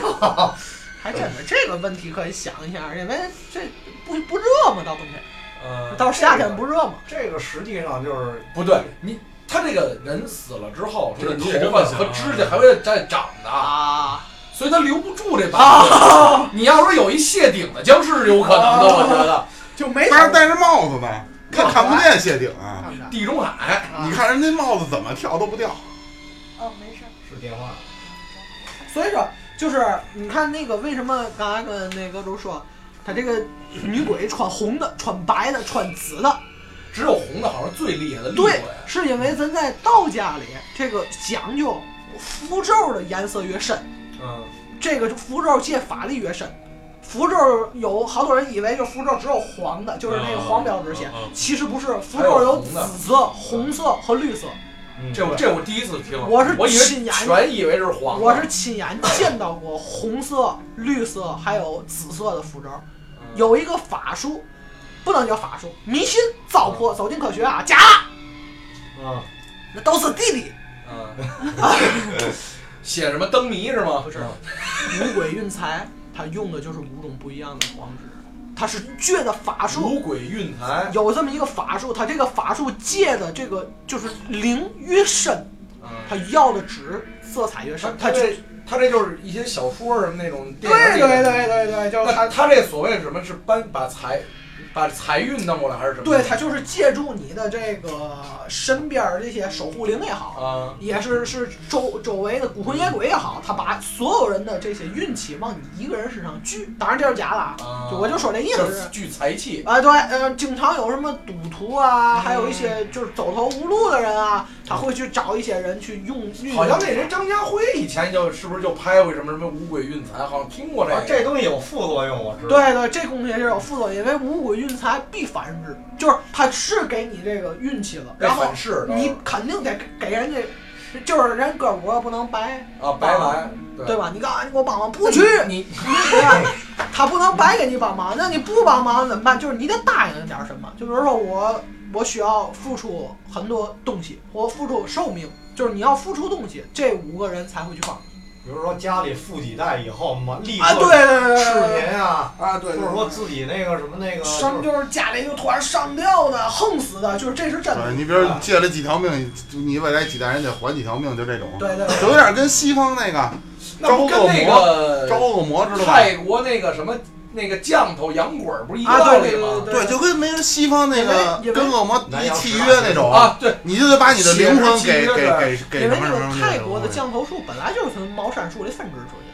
Speaker 4: 还真的这个问题可以想一下，因为这不不热吗？到冬天，
Speaker 6: 呃，
Speaker 4: 到夏天不热吗？
Speaker 3: 这个实际上就是
Speaker 2: 不对，你他这个人死了之后，这
Speaker 6: 不
Speaker 2: 个
Speaker 6: 是
Speaker 2: 头
Speaker 6: 你也这
Speaker 2: 发
Speaker 6: 么想啊
Speaker 2: 和指甲还会再长的，
Speaker 4: 啊，
Speaker 2: 所以他留不住这 把柄。你要说有一谢顶的僵尸是有可 能的，
Speaker 4: 啊
Speaker 2: 我觉得
Speaker 4: 就没
Speaker 1: 但是戴着帽子 呢，看看不
Speaker 2: 哎
Speaker 1: 见谢顶
Speaker 2: 嗯
Speaker 1: 啊！
Speaker 4: 看不着
Speaker 2: 地中海
Speaker 4: 啊
Speaker 1: 你看人家帽子怎么跳都 不掉，
Speaker 5: 哦，没事儿。
Speaker 3: 是电话，
Speaker 4: 所以说，就是你看那个为什么刚才跟那个都说，他这个女鬼穿红的、穿白的、穿紫的，
Speaker 2: 只有红的好像最厉害的厉鬼
Speaker 4: 对，是因为咱在道家里这个讲究符咒的颜色越深，
Speaker 2: 嗯，
Speaker 4: 这个符咒借法力越深。符咒有好多人以为就符咒只有黄的，就是那
Speaker 2: 啊
Speaker 4: 个黄标志写
Speaker 6: 嗯嗯嗯，
Speaker 4: 其实不是，符
Speaker 2: 还有
Speaker 4: 咒有
Speaker 2: 红的
Speaker 4: 紫色、红色和绿色。
Speaker 3: 嗯
Speaker 2: 这我这我第一次听，
Speaker 4: 我是
Speaker 2: 我以
Speaker 4: 亲
Speaker 2: 为
Speaker 4: 眼
Speaker 2: 全以为是黄的，
Speaker 4: 我是亲眼见到过红色、绿色还有紫色的符咒。
Speaker 2: 嗯
Speaker 4: 有一个法术，不能叫法术，迷信、糟粕、走进科学啊，假
Speaker 3: 啊，
Speaker 4: 那都是地理。
Speaker 2: 嗯， 写什么灯谜是吗？不嗯是，
Speaker 4: 五鬼运财，它用的就是五种不一样的黄纸，它是借的法术，
Speaker 2: 五鬼运财，
Speaker 4: 有这么一个法术，它这个法术借的这个就是灵越深，
Speaker 2: 嗯
Speaker 4: 它要的纸色彩越
Speaker 2: 他
Speaker 4: 深，它
Speaker 2: 他
Speaker 4: 就
Speaker 2: 这他这就是一些小说什么那种电影
Speaker 4: 对
Speaker 2: 里
Speaker 4: 对
Speaker 2: 的。
Speaker 4: 对对对，就是
Speaker 2: 那
Speaker 4: 它。
Speaker 2: 他这所谓什么是搬把财把财运弄过来还是什么？
Speaker 4: 对，它就是借助你的这个身边儿这些守护灵也好，
Speaker 2: 啊，
Speaker 4: 也是是周周围的孤魂野鬼也好，他把所有人的这些运气往你一个人身上聚，当然这是假的啊，
Speaker 2: 啊
Speaker 4: 就我就说这意
Speaker 2: 就
Speaker 4: 思
Speaker 2: 是
Speaker 4: 是。
Speaker 2: 聚财气，
Speaker 4: 啊，对，呃，经常有什么赌徒啊，还有一
Speaker 2: 嗯
Speaker 4: 些就是走投无路的人啊，他会去找一些人去用运。
Speaker 2: 好像那人张家辉以前就是不是就拍过什么什么五鬼运财，好像听过这
Speaker 3: 啊
Speaker 2: 个。
Speaker 3: 这东西有副作用，我知道。
Speaker 4: 对对，这东西是有副作用，因为五鬼运财必反之，就是他是给你这个运气了，
Speaker 2: 被
Speaker 4: 然后
Speaker 2: 反噬的
Speaker 4: 你肯定得给人家，就是人歌舞不能白，
Speaker 2: 啊，白来
Speaker 4: 对
Speaker 2: 对
Speaker 4: 吧？你干啥？你给我帮忙，不去。
Speaker 2: 你
Speaker 4: 对吧？他不能白给你帮忙，那你不帮忙怎么办？就是你得答应点什么，就比如说我我需要付出很多东西，我付出寿命，就是你要付出东西，这五个人才会去帮你
Speaker 3: 比如说家里富几代以后嘛，立
Speaker 4: 啊！对
Speaker 3: 刻
Speaker 4: 对对对
Speaker 3: 视
Speaker 4: 对对。
Speaker 3: 频啊，
Speaker 1: 啊，对
Speaker 3: 或者说自己那个什么那个，
Speaker 4: 什么就是家里就突然上吊的、横死的，就是这是真的
Speaker 1: 对，。你比如借了几条命，就你未来几代人得还几条命，就这种，
Speaker 4: 对对对，
Speaker 1: 有点跟西方那个
Speaker 2: 那不跟那个
Speaker 1: 招恶魔，知道吧？
Speaker 2: 泰国那个什么那个降头洋鬼儿不是一个
Speaker 4: 啊
Speaker 2: 道理
Speaker 4: 对对对
Speaker 2: 吗？
Speaker 4: 对
Speaker 1: 对，就跟没人西方那个
Speaker 4: 因为因为
Speaker 1: 跟恶魔
Speaker 3: 南
Speaker 1: 一
Speaker 3: 洋
Speaker 1: 契
Speaker 3: 十大
Speaker 1: 约
Speaker 3: 神
Speaker 1: 那种，
Speaker 2: 啊，对，
Speaker 1: 你就得把你的灵魂给
Speaker 2: 写日记
Speaker 1: 给
Speaker 2: 对
Speaker 1: 给给
Speaker 4: 因
Speaker 1: 什么
Speaker 4: 为那
Speaker 1: 什
Speaker 4: 个
Speaker 1: 么什么
Speaker 4: 泰国的降头术本来就是从茅山术里分支出去的，